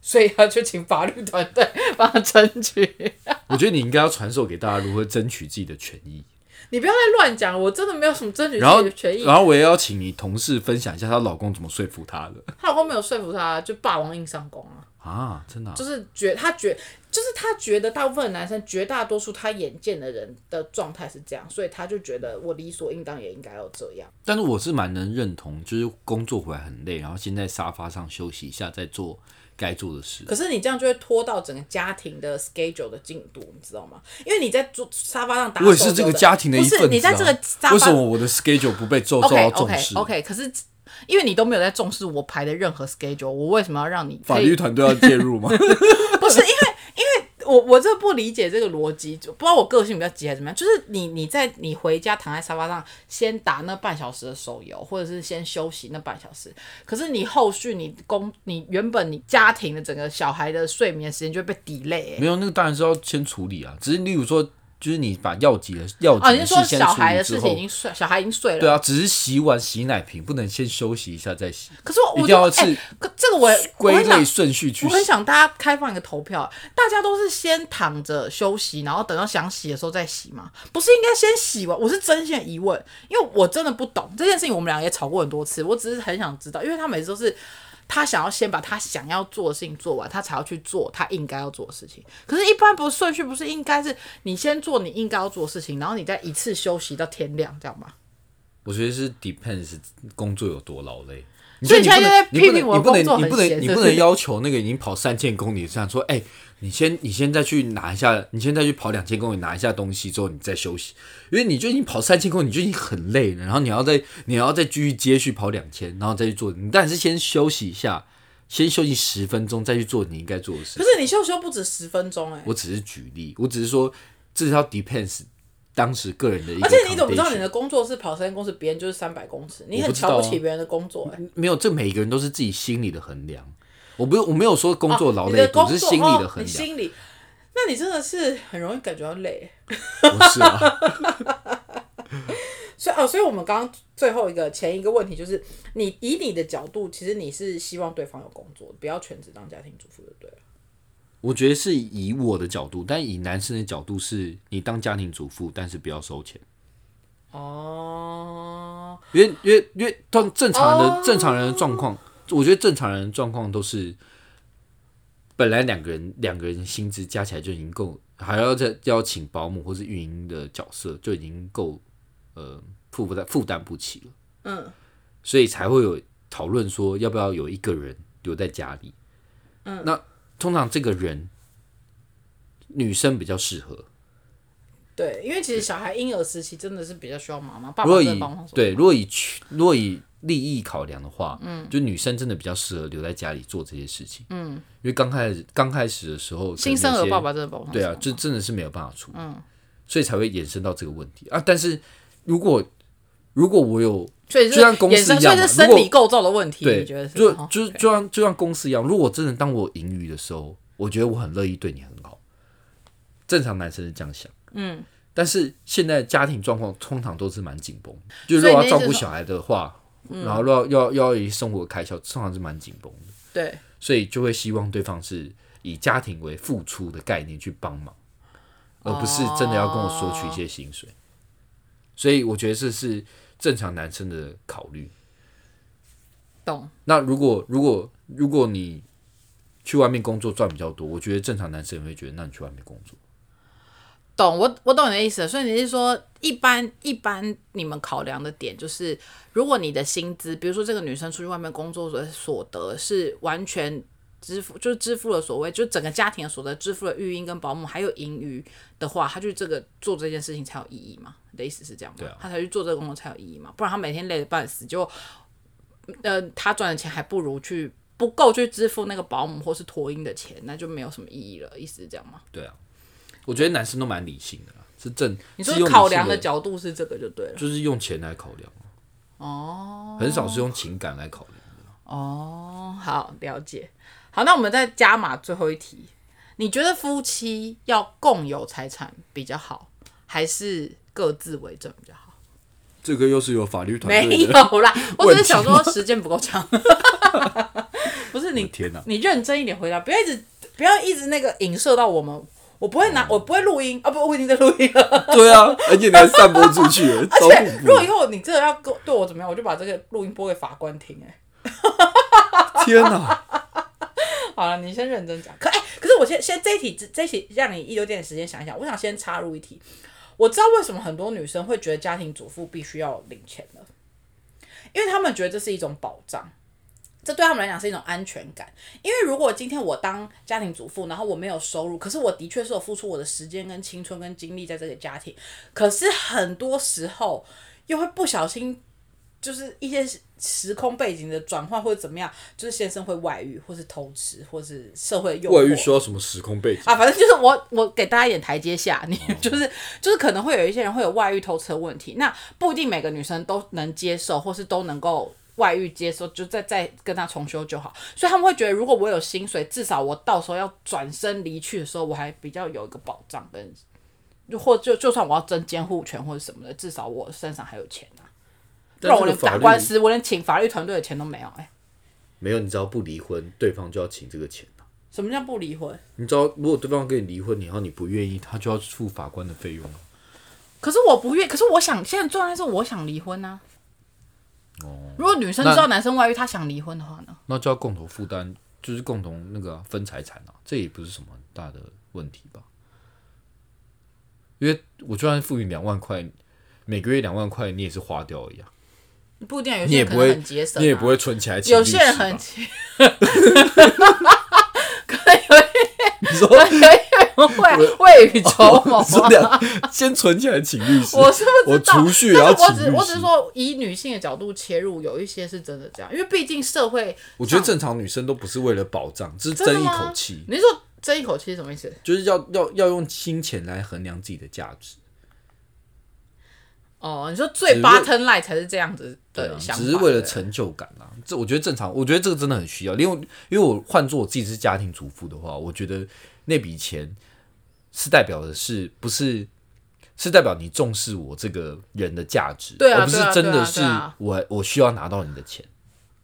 [SPEAKER 1] 所以他就请法律团队帮他争取。
[SPEAKER 2] 我觉得你应该要传授给大家如何争取自己的权益。
[SPEAKER 1] 你不要再乱讲，我真的没有什么争取自
[SPEAKER 2] 然后
[SPEAKER 1] 己的权益。
[SPEAKER 2] 然后我也要请你同事分享一下她老公怎么说服她的
[SPEAKER 1] 她老公没有说服她，就霸王硬上弓啊。
[SPEAKER 2] 啊，真的啊、
[SPEAKER 1] 就是觉他觉就是他觉得大部分的男生，绝大多数他眼见的人的状态是这样，所以他就觉得我理所应当也应该要这样。
[SPEAKER 2] 但是我是蛮能认同，就是工作回来很累，然后先在沙发上休息一下，再做该做的事。
[SPEAKER 1] 可是你这样就会拖到整个家庭的 schedule 的进度，你知道吗？因为你在坐沙发上打手
[SPEAKER 2] 我
[SPEAKER 1] 游
[SPEAKER 2] 也
[SPEAKER 1] 的，
[SPEAKER 2] 是这个家庭的一份子、啊，
[SPEAKER 1] 不是你在这个沙
[SPEAKER 2] 为什
[SPEAKER 1] 发
[SPEAKER 2] 么我的 schedule 不被受受
[SPEAKER 1] OK
[SPEAKER 2] 到重
[SPEAKER 1] OK
[SPEAKER 2] 视
[SPEAKER 1] OK，可是因为你都没有在重视我排的任何 schedule，我为什么要让你
[SPEAKER 3] 法
[SPEAKER 1] 可以
[SPEAKER 3] 律团队要介入吗？
[SPEAKER 1] 不是因为，因为我我这不理解这个逻辑，就不知道我个性比较急还是怎么样。就是你你在你回家躺在沙发上，先打那半小时的手游，或者是先休息那半小时。可是你后续你工你原本你家庭的整个小孩的睡眠时间就会被 delay、欸。
[SPEAKER 2] 没有，那个当然是要先处理啊。只是例如说，就是你把药剂的药
[SPEAKER 1] 哦，
[SPEAKER 2] 剂
[SPEAKER 1] 你
[SPEAKER 2] 的
[SPEAKER 1] 是
[SPEAKER 2] 事
[SPEAKER 1] 说
[SPEAKER 2] 先
[SPEAKER 1] 小
[SPEAKER 2] 处
[SPEAKER 1] 孩
[SPEAKER 2] 理
[SPEAKER 1] 的
[SPEAKER 2] 之
[SPEAKER 1] 事情已
[SPEAKER 2] 后，
[SPEAKER 1] 经睡，小孩已经睡了。
[SPEAKER 2] 对啊，只是洗碗洗奶瓶，不能先休息一下再洗，
[SPEAKER 1] 可是我我
[SPEAKER 2] 一定
[SPEAKER 1] 就
[SPEAKER 2] 要
[SPEAKER 1] 哎
[SPEAKER 2] 是
[SPEAKER 1] 可这个我我
[SPEAKER 2] 归
[SPEAKER 1] 很想
[SPEAKER 2] 类顺序去
[SPEAKER 1] 我很
[SPEAKER 2] 洗。
[SPEAKER 1] 想大家开放一个投票，大家都是先躺着休息，然后等到想洗的时候再洗吗？不是应该先洗完？我是真心的疑问，因为我真的不懂这件事情，我们俩也吵过很多次，我只是很想知道，因为他每次都是。他想要先把他想要做的事情做完，他才要去做他应该要做的事情。可是，一般不是顺序，不是应该是你先做你应该要做的事情，然后你再一次休息到天亮，这样吗？
[SPEAKER 2] 我觉得是 depends 工作有多劳累。你
[SPEAKER 1] 所以
[SPEAKER 2] 你
[SPEAKER 1] 现在
[SPEAKER 2] 不
[SPEAKER 1] 就
[SPEAKER 2] 能
[SPEAKER 1] 在批
[SPEAKER 2] 你不能
[SPEAKER 1] 评我
[SPEAKER 2] 你不
[SPEAKER 1] 工作
[SPEAKER 2] 能你
[SPEAKER 1] 很
[SPEAKER 2] 不能
[SPEAKER 1] 闲
[SPEAKER 2] 你
[SPEAKER 1] 是
[SPEAKER 2] 不
[SPEAKER 1] 不
[SPEAKER 2] 能
[SPEAKER 1] 是
[SPEAKER 2] 要求那个已经跑三千公里的这样说，哎、你先你先再去拿一下，你先再去跑两千公里拿一下东西之后，你再休息，因为你就已经跑三千公里，你就已经很累了，然后你要再你要再继续接续跑两千，然后再去做，你当然是先休息一下，先休息十分钟再去做你应该做的事
[SPEAKER 1] 可。是你休息又不止十分钟哎、
[SPEAKER 2] 我只是举例，我只是说这是要 depends 当时个人的一个 condition。
[SPEAKER 1] 而且你怎么知道你的工作是跑三公尺，别人就是三百公尺？你
[SPEAKER 2] 我不
[SPEAKER 1] 很
[SPEAKER 2] 知道啊
[SPEAKER 1] 瞧不起别人的工作、欸，
[SPEAKER 2] 没有，这每个人都是自己心里的衡量。我不，我没有说工作劳
[SPEAKER 1] 你
[SPEAKER 2] 累
[SPEAKER 1] 的
[SPEAKER 2] 度，
[SPEAKER 1] 工
[SPEAKER 2] 只
[SPEAKER 1] 作
[SPEAKER 2] 是心里的
[SPEAKER 1] 哦
[SPEAKER 2] 衡
[SPEAKER 1] 你
[SPEAKER 2] 量。
[SPEAKER 1] 心里，那你真的是很容易感觉到累。
[SPEAKER 2] 不是啊，
[SPEAKER 1] 所以哦，所以我们刚刚最后一个前一个问题就是，你以你的角度，其实你是希望对方有工作，不要全职当家庭主妇就对了。
[SPEAKER 2] 我觉得是以我的角度，但以男生的角度是，你当家庭主妇，但是不要收钱，
[SPEAKER 1] 哦，
[SPEAKER 2] 因为因为因为正正常的、正常人的状况，我觉得正常人的状况都是，本来两个人两个人薪资加起来就已经够，还要再要请保姆或是运营的角色就已经够，呃，负担负担不起了。
[SPEAKER 1] 嗯，
[SPEAKER 2] 所以才会有讨论说要不要有一个人留在家里。嗯，那通常这个人女生比较适合。
[SPEAKER 1] 对，因为其实小孩婴儿时期真的是比较需要妈妈，爸
[SPEAKER 2] 如
[SPEAKER 1] 爸
[SPEAKER 2] 果
[SPEAKER 1] 真的
[SPEAKER 2] 以
[SPEAKER 1] 帮忙。
[SPEAKER 2] 对，如果以去如果以利益考量的话，嗯，就女生真的比较适合留在家里做这些事情。嗯，因为刚开始刚开始的时候，可能
[SPEAKER 1] 新生
[SPEAKER 2] 有
[SPEAKER 1] 儿
[SPEAKER 2] 些
[SPEAKER 1] 爸爸真的嗯帮忙。
[SPEAKER 2] 对啊，这真的是没有办法处理，所以才会衍生到这个问题啊。但是如果如果我有
[SPEAKER 1] 所以
[SPEAKER 2] 就像公司
[SPEAKER 1] 衍生
[SPEAKER 2] 一
[SPEAKER 1] 所
[SPEAKER 2] 样
[SPEAKER 1] 以
[SPEAKER 2] 嘛
[SPEAKER 1] 是生
[SPEAKER 2] 如果
[SPEAKER 1] 理构造的问题，
[SPEAKER 2] 对，
[SPEAKER 1] 你觉得是？
[SPEAKER 2] 就
[SPEAKER 1] 哦
[SPEAKER 2] 就
[SPEAKER 1] OK
[SPEAKER 2] 就像就像公司一样，如果真的当我盈余的时候，我觉得我很乐意对你很好。正常男生是这样想，嗯。但是现在家庭状况通常都是蛮紧绷，就
[SPEAKER 1] 所
[SPEAKER 2] 如
[SPEAKER 1] 以
[SPEAKER 2] 果
[SPEAKER 1] 你的意
[SPEAKER 2] 要照
[SPEAKER 1] 思嗯
[SPEAKER 2] 顾
[SPEAKER 1] 是
[SPEAKER 2] 小孩的话，然后要要要以生活开销，通常是蛮紧绷的，
[SPEAKER 1] 对。
[SPEAKER 2] 所以就会希望对方是以家庭为付出的概念去帮忙，而不是真的要跟我索取一
[SPEAKER 1] 哦
[SPEAKER 2] 些薪水。所以我觉得这是正常男生的考虑。
[SPEAKER 1] 懂，
[SPEAKER 2] 那如果如果如果你去外面工作赚比较多，我觉得正常男生也会觉得，那你去外面工作，
[SPEAKER 1] 懂，我我懂你的意思了。所以你是说，一般一般你们考量的点就是，如果你的薪资，比如说这个女生出去外面工作所所得是完全支付，就是支付了所谓就整个家庭的所得，支付了育婴跟保姆还有盈余的话，她去这个做这件事情才有意义嘛？你的意思是这样吗？
[SPEAKER 2] 对啊
[SPEAKER 1] 她才去做这个工作才有意义嘛？不然她每天累得半死，就呃，她赚的钱还不如去。不够去支付那个保姆或是托婴的钱，那就没有什么意义了。意思是这样吗？
[SPEAKER 2] 对啊，我觉得男生都蛮理性的啦，是正，
[SPEAKER 1] 你
[SPEAKER 2] 是用
[SPEAKER 1] 说
[SPEAKER 2] 理
[SPEAKER 1] 考
[SPEAKER 2] 性
[SPEAKER 1] 量的
[SPEAKER 2] 的，
[SPEAKER 1] 角度是这个就对了。
[SPEAKER 2] 就是用钱来考
[SPEAKER 3] 啊
[SPEAKER 2] 量，哦，很少是用情感来考量。
[SPEAKER 1] 哦，好了解。好，那我们再加码最后一题，你觉得夫妻要共有财产比较好，还是各自为政比较好？
[SPEAKER 3] 这个又是有法律团
[SPEAKER 1] 没
[SPEAKER 3] 队的。
[SPEAKER 1] 有啦，我只
[SPEAKER 3] 问
[SPEAKER 1] 是
[SPEAKER 3] 题
[SPEAKER 1] 想说时间不够长。不是你，
[SPEAKER 3] 天哪！啊
[SPEAKER 1] 你认真一点回答，不要一直不要一直那个影射到我们。我不会拿，我不会录音啊！不，我已经在录音了。
[SPEAKER 3] 对啊，而且你还散播出 去了，超
[SPEAKER 1] 而且，
[SPEAKER 3] 恐怖
[SPEAKER 1] 如！果以后你真的要跟我对我怎么样，我就把这个录音播给法官听、哎。
[SPEAKER 3] 天哪！
[SPEAKER 1] 好了，你先认真讲。可哎、可是我先先这一题，这这一题让你有点时间想一想。我想先插入一题，我知道为什么很多女生会觉得家庭主妇必须要领钱了，因为她们觉得这是一种保障，这对她们来讲是一种安全感。因为如果今天我当家庭主妇，然后我没有收入，可是我的确是有付出我的时间、跟青春、跟精力在这个家庭，可是很多时候又会不小心就是一些时空背景的转换或者怎么样，就是先生会外遇，或是偷吃，或是社会诱惑。
[SPEAKER 3] 外遇需要什么时空背景？
[SPEAKER 1] 啊，反正就是我我给大家一点台阶下，
[SPEAKER 3] 哦
[SPEAKER 1] 你就是就是可能会有一些人会有外遇偷车问题，那不一定每个女生都能接受，或是都能够。外遇接受就再再跟他重修就好，所以他们会觉得，如果我有薪水，至少我到时候要转身离去的时候，我还比较有一个保障跟，就或就就算我要争监护权或者什么的，至少我身上还有钱啊，
[SPEAKER 3] 但
[SPEAKER 1] 不
[SPEAKER 3] 这
[SPEAKER 1] 然我
[SPEAKER 3] 个
[SPEAKER 1] 连打
[SPEAKER 3] 法
[SPEAKER 1] 官
[SPEAKER 3] 律
[SPEAKER 1] 司，我连请法律团队的钱都没有、哎，
[SPEAKER 3] 没有，你只要不离婚，对方就要请这个钱啊
[SPEAKER 1] 什么叫不离婚？
[SPEAKER 3] 你知道，如果对方跟你离婚，然后你不愿意，他就要付法官的费用啊。
[SPEAKER 1] 可是我不愿，可是我想现在状态是我想离婚啊。
[SPEAKER 3] 哦
[SPEAKER 1] 如果女生知道男生外遇，她想离婚的话呢？
[SPEAKER 2] 那就要共同负担，就是共同那个啊、分财产啊，这也不是什么很大的问题吧？因为我就算付你两万块，每个月两万块，你也是花掉一样，
[SPEAKER 1] 不一定啊，有
[SPEAKER 3] 你
[SPEAKER 1] 些
[SPEAKER 3] 也
[SPEAKER 1] 人可
[SPEAKER 3] 不
[SPEAKER 1] 能
[SPEAKER 3] 会
[SPEAKER 1] 很节，省、啊，
[SPEAKER 3] 你也不会存起来请律
[SPEAKER 1] 有
[SPEAKER 3] 师
[SPEAKER 1] 些
[SPEAKER 3] 吧。
[SPEAKER 1] 人很节，
[SPEAKER 3] 你说
[SPEAKER 1] 会啊未雨绸缪
[SPEAKER 3] 是
[SPEAKER 1] 啊。
[SPEAKER 3] 这样，先存起来请律师。
[SPEAKER 1] 我是不知道，
[SPEAKER 3] 我储蓄
[SPEAKER 1] 但
[SPEAKER 3] 然后
[SPEAKER 1] 是我
[SPEAKER 3] 请
[SPEAKER 1] 只
[SPEAKER 3] 律
[SPEAKER 1] 我只是
[SPEAKER 3] 师
[SPEAKER 1] 说，以女性的角度切入，有一些是真的这样，因为毕竟社会
[SPEAKER 3] 我觉得正常女生都不是为了保障，只是
[SPEAKER 1] 真的
[SPEAKER 3] 争一
[SPEAKER 1] 吗
[SPEAKER 3] 口气，
[SPEAKER 1] 你是说争一口气是什么意思？
[SPEAKER 3] 就是要要要用金钱来衡量自己的价值。
[SPEAKER 1] 哦，你说最
[SPEAKER 3] 只为
[SPEAKER 1] button line 才是这样子
[SPEAKER 2] 对
[SPEAKER 1] 的
[SPEAKER 2] 啊，
[SPEAKER 1] 想法，
[SPEAKER 2] 只是为了
[SPEAKER 1] 对不对
[SPEAKER 2] 成就感啦、这我觉得正常，我觉得这个真的很需要，因为因为我换做我自己是家庭主妇的话，我觉得那笔钱是代表的是不是？是代表你重视我这个人的价值，
[SPEAKER 1] 对啊
[SPEAKER 2] 而不是
[SPEAKER 1] 对啊
[SPEAKER 2] 真的
[SPEAKER 1] 对啊
[SPEAKER 2] 是
[SPEAKER 1] 对啊
[SPEAKER 2] 我、我需要拿到你的钱。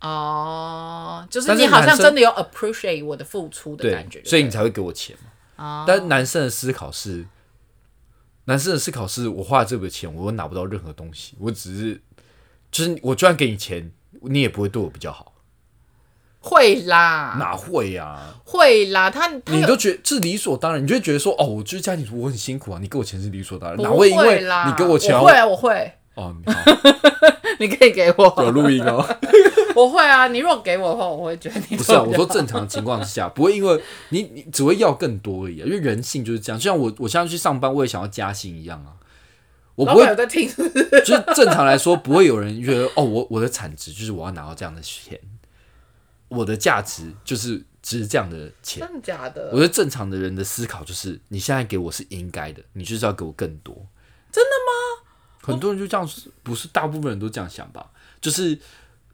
[SPEAKER 1] 哦，就是
[SPEAKER 2] 但
[SPEAKER 1] 你
[SPEAKER 2] 是
[SPEAKER 1] 好像
[SPEAKER 2] 男生
[SPEAKER 1] 真的有 appreciate 我的付出的感觉，
[SPEAKER 2] 所以你
[SPEAKER 1] 对哦
[SPEAKER 2] 才会给我钱嘛。但男生的思考是，男生的思考是我花了这笔钱，我又拿不到任何东西，我只是就是我就算给你钱，你也不会对我比较好，
[SPEAKER 1] 不对会啦，
[SPEAKER 2] 哪会啊呀、
[SPEAKER 1] 会啦，他他
[SPEAKER 2] 你
[SPEAKER 1] 有
[SPEAKER 2] 都觉得这理所当然，你就会觉得说哦，我就是家庭主妇，我很辛苦啊，你给我钱是理所当然，
[SPEAKER 1] 不
[SPEAKER 2] 哪会因为
[SPEAKER 1] 啦？
[SPEAKER 2] 你给我钱啊
[SPEAKER 1] 我会啊，我会，
[SPEAKER 2] 哦，你好
[SPEAKER 1] 你可以给
[SPEAKER 3] 有
[SPEAKER 1] 我，
[SPEAKER 3] 录音 哦，
[SPEAKER 1] 我会啊，你如果给我的话，我会觉得你
[SPEAKER 2] 不是啊，我说正常情况下不会因为你你只会要更多而已、啊，因为人性就是这样，就像我我现在去上班，我也想要加薪一样啊，我
[SPEAKER 1] 老
[SPEAKER 2] 不会
[SPEAKER 1] 板有在听，
[SPEAKER 2] 就是正常来说，不会有人觉得哦，我我的产值就是我要拿到这样的钱，我的价值就是值这样的钱。
[SPEAKER 1] 真的假
[SPEAKER 2] 我
[SPEAKER 1] 的？
[SPEAKER 2] 觉得正常的人的思考就是，你现在给我是应该的，你就是要给我更多。真的吗？很多人就这样，不是大部分人都这样想吧？就是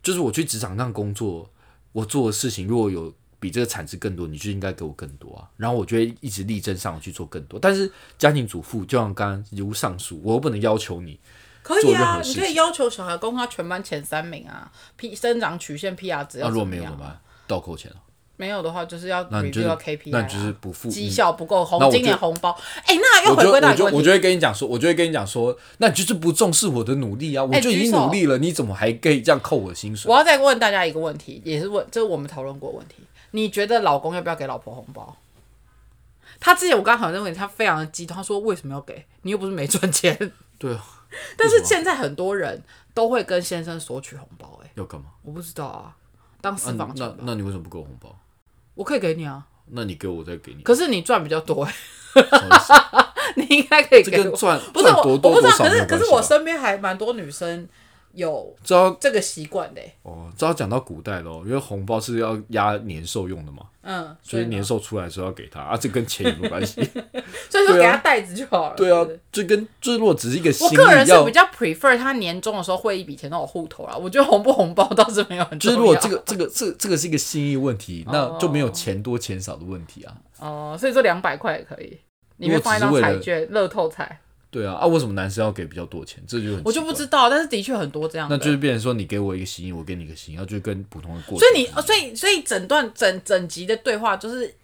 [SPEAKER 2] 就是我去职场上工作，我做的事情如果有比这个产值更多，你就应该给我更多啊。然后我就会一直力争上游去做更多。但是家庭主妇就像刚刚如上述，我又不能要求你
[SPEAKER 1] 可
[SPEAKER 2] 做
[SPEAKER 1] 以
[SPEAKER 2] 任
[SPEAKER 1] 啊
[SPEAKER 2] 何，
[SPEAKER 1] 你
[SPEAKER 2] 事
[SPEAKER 1] 可以
[SPEAKER 2] 情
[SPEAKER 1] 要求小孩攻他全班前三名啊，P 生长曲线 PR 只
[SPEAKER 2] 那、
[SPEAKER 1] 要
[SPEAKER 2] 啊如果
[SPEAKER 1] 怎么
[SPEAKER 2] 没有怎
[SPEAKER 1] 样
[SPEAKER 2] 么办？倒扣钱啊
[SPEAKER 1] 没有的话，就是要
[SPEAKER 2] 那你就
[SPEAKER 1] review
[SPEAKER 2] 是
[SPEAKER 1] 到 KPI，
[SPEAKER 2] 那
[SPEAKER 1] 啊
[SPEAKER 2] 你就是不付
[SPEAKER 1] 绩
[SPEAKER 2] 你
[SPEAKER 1] 效不够
[SPEAKER 2] 那
[SPEAKER 1] 红，
[SPEAKER 2] 我
[SPEAKER 1] 今年
[SPEAKER 2] 就
[SPEAKER 1] 红包，哎，那又
[SPEAKER 2] 我
[SPEAKER 1] 回
[SPEAKER 2] 就
[SPEAKER 1] 归到
[SPEAKER 2] 我
[SPEAKER 1] 一个
[SPEAKER 2] 就
[SPEAKER 1] 问
[SPEAKER 2] 我
[SPEAKER 1] 题
[SPEAKER 2] 就，会跟你讲说，我就会跟你讲说，那你就是不重视我的努力啊！我
[SPEAKER 1] 哎
[SPEAKER 2] 就已
[SPEAKER 1] 举
[SPEAKER 2] 经
[SPEAKER 1] 手
[SPEAKER 2] 努力了，你怎么还可以这样扣我的薪水
[SPEAKER 1] 我？要再问大家一个问题，也是问，这是我们讨论过的问题。你觉得老公要不要给老婆红包？他之前我刚好认为他非常的激动，他说为什么要给你又不是没赚钱？
[SPEAKER 2] 对啊，
[SPEAKER 1] 但是现在很多人都会跟先生索取红包、哎，
[SPEAKER 2] 要干嘛？
[SPEAKER 1] 我不知道啊，当
[SPEAKER 2] 啊
[SPEAKER 1] 私房钱
[SPEAKER 2] 那
[SPEAKER 1] 吧、
[SPEAKER 2] 那你为什么不给我红包？
[SPEAKER 1] 我可以给你啊，
[SPEAKER 2] 那你给我，我再给你。
[SPEAKER 1] 可是你赚比较多、哎，
[SPEAKER 2] 不好意思
[SPEAKER 1] 你应该可以
[SPEAKER 2] 这
[SPEAKER 1] 给
[SPEAKER 2] 跟
[SPEAKER 1] 我。
[SPEAKER 2] 赚
[SPEAKER 1] 不是
[SPEAKER 2] 赚
[SPEAKER 1] 我，
[SPEAKER 2] 多
[SPEAKER 1] 我
[SPEAKER 2] 多
[SPEAKER 1] 不知
[SPEAKER 2] 多
[SPEAKER 1] 道，可
[SPEAKER 2] 少没
[SPEAKER 1] 是
[SPEAKER 2] 有
[SPEAKER 1] 可
[SPEAKER 2] 关
[SPEAKER 1] 是
[SPEAKER 2] 系
[SPEAKER 1] 我
[SPEAKER 2] 吧。
[SPEAKER 1] 身边还蛮多女生有
[SPEAKER 2] 知道
[SPEAKER 1] 这个习惯的、哎
[SPEAKER 2] 哦，知道讲到古代喽，因为红包是要压年兽用的嘛，
[SPEAKER 1] 嗯，
[SPEAKER 2] 所以
[SPEAKER 1] 呢
[SPEAKER 2] 年兽出来的时候要给他啊，这跟钱有没有 关系？
[SPEAKER 1] 所以说
[SPEAKER 2] 对
[SPEAKER 1] 给
[SPEAKER 2] 啊
[SPEAKER 1] 他袋子就好了。
[SPEAKER 2] 对啊
[SPEAKER 1] 是不是，
[SPEAKER 2] 就跟就是如果只是一个
[SPEAKER 1] 我
[SPEAKER 2] 心
[SPEAKER 1] 个人
[SPEAKER 2] 意
[SPEAKER 1] 是
[SPEAKER 2] 要
[SPEAKER 1] 比，较 prefer 他年终的时候汇一笔钱到我户头啦，我觉得红不红包倒是没有很
[SPEAKER 2] 就
[SPEAKER 1] 重要。
[SPEAKER 2] 是如果这个这个这这个是一个心意问题，那就没有钱多钱少的问题啊。
[SPEAKER 1] 哦、所以说两百块也可以，里面
[SPEAKER 2] 如果
[SPEAKER 1] 放一
[SPEAKER 2] 只
[SPEAKER 1] 张
[SPEAKER 2] 是为了
[SPEAKER 1] 彩券、乐透彩，
[SPEAKER 2] 对啊，啊，为什么男生要给比较多钱？这就很
[SPEAKER 1] 我就
[SPEAKER 2] 奇
[SPEAKER 1] 不
[SPEAKER 2] 怪
[SPEAKER 1] 知道，但是的确很多这样的。
[SPEAKER 2] 那就是变成说你给我一个心意，我给你一个心意，然后就跟普通的过程
[SPEAKER 1] 所以
[SPEAKER 2] 一
[SPEAKER 1] 你，
[SPEAKER 2] 样。
[SPEAKER 1] 哦所以所以整段整整集的对话就是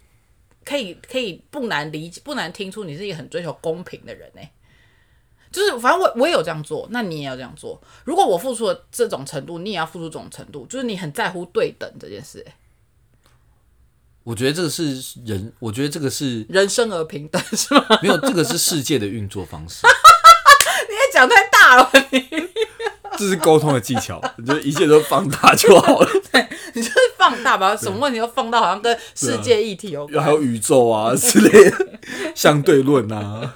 [SPEAKER 1] 可以可以不难理解，不难听出你是一个很追求公平的人呢、就是反正我我也有这样做，那你也要这样做。如果我付出了这种程度，你也要付出这种程度，就是你很在乎对等这件事、欸，
[SPEAKER 2] 我觉得这个是人，我觉得这个是
[SPEAKER 1] 人生而平等是吗？
[SPEAKER 2] 没有，这个是世界的运作方式，
[SPEAKER 1] 你也讲太大了，
[SPEAKER 3] 这是沟通的技巧，你就一切都放大就好 了。
[SPEAKER 1] 你就是放大吧，什么问题都放到好像跟世界哦议题有关。
[SPEAKER 3] 还有宇宙啊之类的，相对论啊，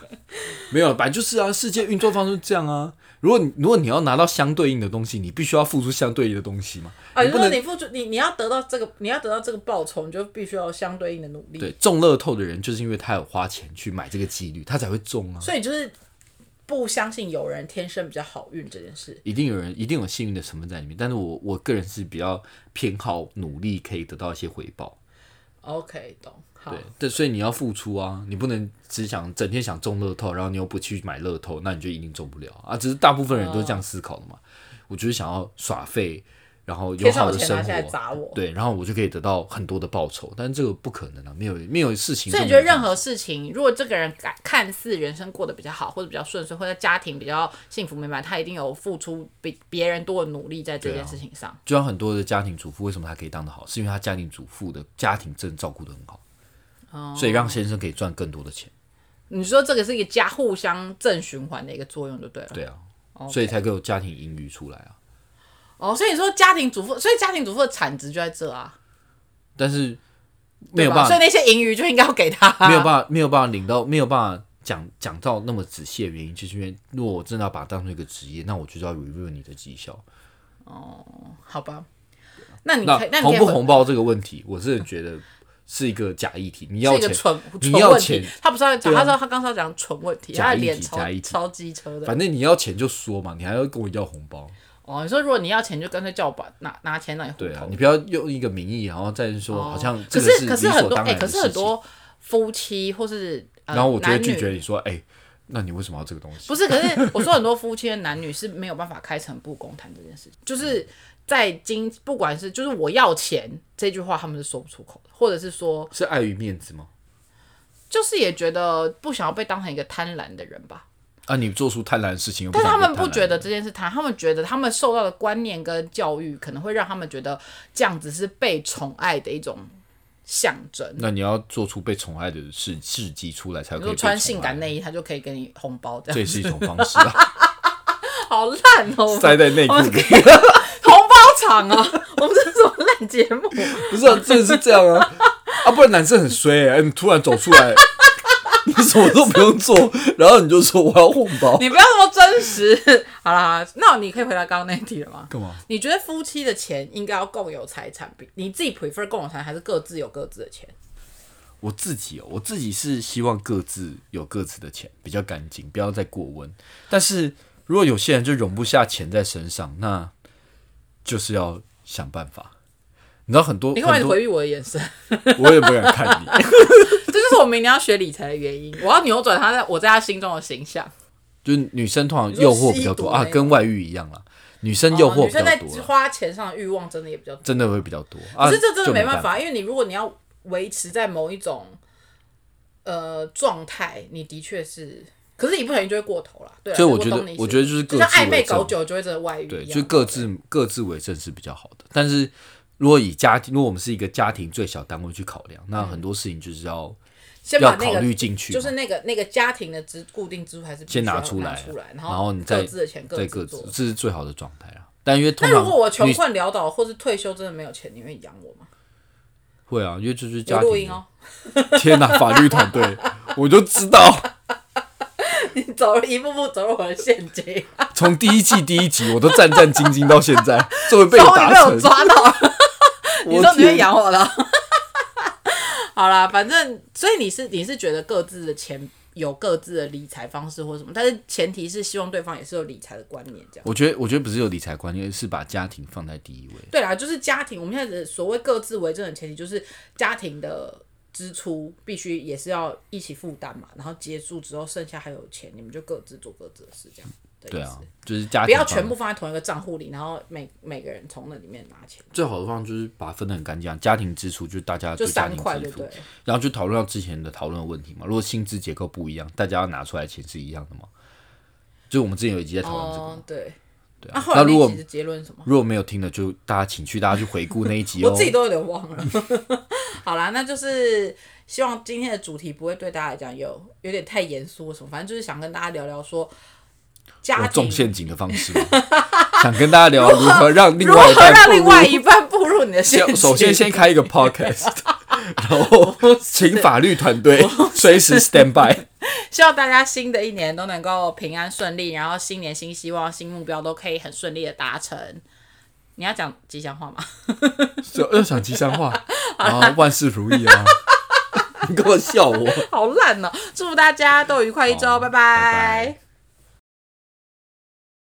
[SPEAKER 2] 没有，本来就是啊，世界运作方式是这样啊。如果你如果你要拿到相对应的东西，你必须要付出相对应的东西嘛。
[SPEAKER 1] 啊，
[SPEAKER 2] 你
[SPEAKER 1] 如
[SPEAKER 2] 不
[SPEAKER 1] 果
[SPEAKER 2] 能
[SPEAKER 1] 你付出，你你要得到这个，你要得到这个报酬，你就必须要有相对应的努力。
[SPEAKER 2] 对，中乐透的人就是因为他有花钱去买这个几率，他才会中啊。
[SPEAKER 1] 所以就是不相信有人天生比较好运这件事。
[SPEAKER 2] 一定有人一定有幸运的成分在里面，但是我我个人是比较偏好努力可以得到一些回报。
[SPEAKER 1] OK，懂。好
[SPEAKER 2] 对，，对，所以你要付出啊，你不能只想整天想中乐透，然后你又不去买乐透，那你就一定中不了啊。只是大部分人都是这样思考的嘛。我就是想要耍废，然后有
[SPEAKER 1] 天上
[SPEAKER 2] 好
[SPEAKER 1] 有
[SPEAKER 2] 的
[SPEAKER 1] 钱
[SPEAKER 2] 生
[SPEAKER 1] 拿下来砸
[SPEAKER 2] 活，
[SPEAKER 1] 我。
[SPEAKER 2] 对，然后我就可以得到很多的报酬，但是这个不可能啊，没有没有事情。
[SPEAKER 1] 所以你觉得任何事情，如果这个人看看似人生过得比较好，或者比较顺遂，或者家庭比较幸福美满，他一定有付出比别人多的努力在这
[SPEAKER 2] 啊
[SPEAKER 1] 件事情上。
[SPEAKER 2] 就像很多的家庭主妇，为什么她可以当得好，是因为她家庭主妇的家庭真的照顾得很好，所以让先生可以赚更多的钱。
[SPEAKER 1] 你说这个是一个加互相正循环的一个作用，就哦对了。
[SPEAKER 2] 对啊，所以才会有家庭盈余出来啊。
[SPEAKER 1] 哦，所以你说家庭主妇，所以家庭主妇的产值就在这啊，
[SPEAKER 2] 但是没
[SPEAKER 1] 对
[SPEAKER 2] 有
[SPEAKER 1] 吧
[SPEAKER 2] 办
[SPEAKER 1] 所以
[SPEAKER 2] 法，
[SPEAKER 1] 那些盈余就应该要给他、
[SPEAKER 2] 没有办法，没有办法领到，没有办法讲讲到那么仔细的原因，就是因为如果我真的要把它当成一个职业，那我就要 review 你的绩效。
[SPEAKER 1] 好吧？那你
[SPEAKER 2] 那
[SPEAKER 1] 可以，那你可
[SPEAKER 2] 红
[SPEAKER 1] 以
[SPEAKER 2] 不
[SPEAKER 1] 回
[SPEAKER 2] 红包这个问题，我真的觉得是一个假议题。你
[SPEAKER 1] 是
[SPEAKER 2] 要
[SPEAKER 1] 一个
[SPEAKER 2] 钱，
[SPEAKER 1] 蠢
[SPEAKER 2] 你
[SPEAKER 1] 蠢
[SPEAKER 2] 要
[SPEAKER 1] 问
[SPEAKER 2] 钱
[SPEAKER 1] 题，他不是要讲，
[SPEAKER 2] 对啊
[SPEAKER 1] 他说他刚才讲蠢问题，
[SPEAKER 2] 假
[SPEAKER 1] 他的
[SPEAKER 2] 议
[SPEAKER 1] 脸
[SPEAKER 2] 题
[SPEAKER 1] 超
[SPEAKER 2] 假议题
[SPEAKER 1] 超机车的
[SPEAKER 2] 反。正你要钱就说嘛，你还要跟我要红包。
[SPEAKER 1] 哦，你说如果你要钱，就干脆叫我把拿拿钱让你户
[SPEAKER 2] 对啊，
[SPEAKER 1] 头。
[SPEAKER 2] 你不要用一个名义，然后再说
[SPEAKER 1] 哦
[SPEAKER 2] 好像
[SPEAKER 1] 可
[SPEAKER 2] 这个
[SPEAKER 1] 可
[SPEAKER 2] 理
[SPEAKER 1] 是很
[SPEAKER 2] 所
[SPEAKER 1] 多
[SPEAKER 2] 当
[SPEAKER 1] 哎，
[SPEAKER 2] 然
[SPEAKER 1] 可
[SPEAKER 2] 的事
[SPEAKER 1] 是
[SPEAKER 2] 情。
[SPEAKER 1] 很多夫妻或是呃
[SPEAKER 2] 然后我就会
[SPEAKER 1] 男女
[SPEAKER 2] 拒绝你说，哎，那你为什么要这个东西？
[SPEAKER 1] 不是，可是我说很多夫妻的男女是没有办法开诚布公谈这件事情，就是在经不管是就是我要钱这句话，他们是说不出口的，或者是说
[SPEAKER 2] 是碍于面子吗？
[SPEAKER 1] 就是也觉得不想要被当成一个贪婪的人吧。
[SPEAKER 2] 啊，你做出贪婪的事情，又
[SPEAKER 1] 但是
[SPEAKER 2] 想
[SPEAKER 1] 他
[SPEAKER 2] 被
[SPEAKER 1] 们不
[SPEAKER 2] 贪婪
[SPEAKER 1] 觉得这件事贪，他们觉得他们受到的观念跟教育可能会让他们觉得这样子是被宠爱的一种象征。
[SPEAKER 2] 那你要做出被宠爱的事事迹出来，才
[SPEAKER 1] 比
[SPEAKER 2] 可
[SPEAKER 1] 如说
[SPEAKER 2] 以被
[SPEAKER 1] 穿
[SPEAKER 2] 宠
[SPEAKER 1] 性
[SPEAKER 2] 爱
[SPEAKER 1] 感，内衣，他就可以给你红包，这
[SPEAKER 2] 这
[SPEAKER 1] 样
[SPEAKER 2] 也是一种方式啊，
[SPEAKER 1] 好烂哦、
[SPEAKER 2] 塞在内裤
[SPEAKER 1] 我们
[SPEAKER 2] 里。
[SPEAKER 1] 红包场啊，我们这是什么烂节目？
[SPEAKER 2] 不是、啊，真的是这样啊！啊，不然男生很衰、欸，你突然走出来，你什么都不用做，然后你就说我要红包，
[SPEAKER 1] 你不要那么真实。 好啦，好啦那你可以回答刚刚那一题了吗？
[SPEAKER 2] 干嘛？
[SPEAKER 1] 你觉得夫妻的钱应该要共有财产，比你自己 prefer 共有财产，还是各自有各自的钱？
[SPEAKER 2] 我自己哦，我自己是希望各自有各自的钱，比较干净，不要再过问。但是如果有些人就容不下钱在身上，那就是要想办法。你知道很多，
[SPEAKER 1] 你干嘛
[SPEAKER 2] 很多
[SPEAKER 1] 回避我的眼神？
[SPEAKER 2] 我也不敢看你。
[SPEAKER 1] 这就是我明年要学理财的原因，我要扭转他在我在他心中的形象。
[SPEAKER 2] 就是女生通常诱惑比较多啊，跟外遇一样啦，女生诱惑
[SPEAKER 1] 哦
[SPEAKER 2] 比
[SPEAKER 1] 女
[SPEAKER 2] 较
[SPEAKER 1] 生在
[SPEAKER 2] 多啦，
[SPEAKER 1] 花钱上的欲望真的也比较多，
[SPEAKER 2] 真的会比较多啊。
[SPEAKER 1] 可是这真的
[SPEAKER 2] 就
[SPEAKER 1] 没
[SPEAKER 2] 办
[SPEAKER 1] 办，法，因为你如果你要维持在某一种呃状态，你的确是，可是一不小心就会过头了。对啦，啊
[SPEAKER 2] 所以我觉得
[SPEAKER 1] 懂你，意思
[SPEAKER 2] 我觉得就是
[SPEAKER 1] 就
[SPEAKER 2] 各
[SPEAKER 1] 像
[SPEAKER 2] 自
[SPEAKER 1] 暧
[SPEAKER 2] 为
[SPEAKER 1] 昧搞
[SPEAKER 2] 政，
[SPEAKER 1] 久了就会真的外遇一样，
[SPEAKER 2] 对，就各自各自为政是比较好的。但是如果以家庭，如果我们是一个家庭最小单位去考量，那很多事情就是要
[SPEAKER 1] 先嗯把
[SPEAKER 2] 要
[SPEAKER 1] 那
[SPEAKER 2] 考
[SPEAKER 1] 个
[SPEAKER 2] 虑进去嘛，
[SPEAKER 1] 就是那个那个家庭的支固定支出还是必须
[SPEAKER 2] 先
[SPEAKER 1] 要
[SPEAKER 2] 拿
[SPEAKER 1] 拿
[SPEAKER 2] 出来啊，
[SPEAKER 1] 出来，
[SPEAKER 2] 然
[SPEAKER 1] 后
[SPEAKER 2] 你再
[SPEAKER 1] 各自的钱
[SPEAKER 2] 再各
[SPEAKER 1] 自
[SPEAKER 2] 自
[SPEAKER 1] 做，。
[SPEAKER 2] 这是最好的状态啊。但因为通
[SPEAKER 1] 那
[SPEAKER 2] 常
[SPEAKER 1] 如果我穷
[SPEAKER 2] 女
[SPEAKER 1] 困潦倒或是退休真的没有钱，你会养我吗？
[SPEAKER 2] 会啊，因为就是家
[SPEAKER 1] 有
[SPEAKER 2] 庭
[SPEAKER 1] 录音哦，
[SPEAKER 2] 天哪，法律团 队，我就知道。
[SPEAKER 1] 你 走了一步步走入我的陷 阱。
[SPEAKER 2] 从第一季第一集，我都战战兢兢到现在，终于被
[SPEAKER 1] 终
[SPEAKER 2] 你
[SPEAKER 1] 于
[SPEAKER 2] 达
[SPEAKER 1] 被我
[SPEAKER 2] 成。
[SPEAKER 1] 抓到了，你
[SPEAKER 2] 我
[SPEAKER 1] 说你会
[SPEAKER 2] 天
[SPEAKER 1] 养我了？ 好啦，反正所以你是你是觉得各自的钱有各自的理财方式或什么，但是前提是希望对方也是有理财的观念，这样。
[SPEAKER 2] 我觉得，我觉得不是有理财观念，是把家庭放在第一位。
[SPEAKER 1] 对啦，就是家庭，我们现在的所谓各自为政的前提就是家庭的支出必须也是要一起负担嘛，然后结束之后剩下还有钱，你们就各自做各自的事，这样的意思。
[SPEAKER 2] 对啊，就是家庭
[SPEAKER 1] 不要
[SPEAKER 2] 放
[SPEAKER 1] 全部放在同一个账户里，然后每每个人从那里面拿钱，
[SPEAKER 2] 最好的方法就是把它分得很干净啊，家庭支出就大家
[SPEAKER 1] 就
[SPEAKER 2] 家
[SPEAKER 1] 三
[SPEAKER 2] 庭
[SPEAKER 1] 块，
[SPEAKER 2] 支
[SPEAKER 1] 对不
[SPEAKER 2] 出
[SPEAKER 1] 对，？
[SPEAKER 2] 然后就讨论到之前的讨论的问题嘛。如果薪资结构不一样，大家要拿出来的钱是一样的嘛？就是我们之前有一集在讨论这个嘛。
[SPEAKER 1] 哦，对。
[SPEAKER 2] 对
[SPEAKER 1] 那
[SPEAKER 2] 啊，
[SPEAKER 1] 后来
[SPEAKER 2] 那如
[SPEAKER 1] 那
[SPEAKER 2] 果
[SPEAKER 1] 集的结论是什么？
[SPEAKER 2] 如果没有听的，就大家请去大家去回顾那一集哦。
[SPEAKER 1] 我自己都有点忘了。 好啦，那就是希望今天的主题不会对大家来讲有有点太严肃或什么，反正就是想跟大家聊聊说
[SPEAKER 2] 我
[SPEAKER 1] 家
[SPEAKER 2] 中
[SPEAKER 1] 庭
[SPEAKER 2] 陷阱的方式 嘛，想跟大家聊如何让另
[SPEAKER 1] 如
[SPEAKER 2] 外一
[SPEAKER 1] 何
[SPEAKER 2] 半
[SPEAKER 1] 让
[SPEAKER 2] 步
[SPEAKER 1] 另
[SPEAKER 2] 入
[SPEAKER 1] 外一半步入你的陷
[SPEAKER 2] 先
[SPEAKER 1] 阱。
[SPEAKER 2] 首先先开一个 podcast，然后请法律团队随时 stand by。
[SPEAKER 1] 希望大家新的一年都能够平安顺利，然后新年新希望、新目标都可以很顺利的达成。你要讲吉祥话吗？
[SPEAKER 2] 就又想吉祥话啊，万事如意啊！ 你跟我笑我。
[SPEAKER 1] 好烂哦！祝福大家都有愉快一周，
[SPEAKER 2] 好
[SPEAKER 1] 拜
[SPEAKER 2] 拜拜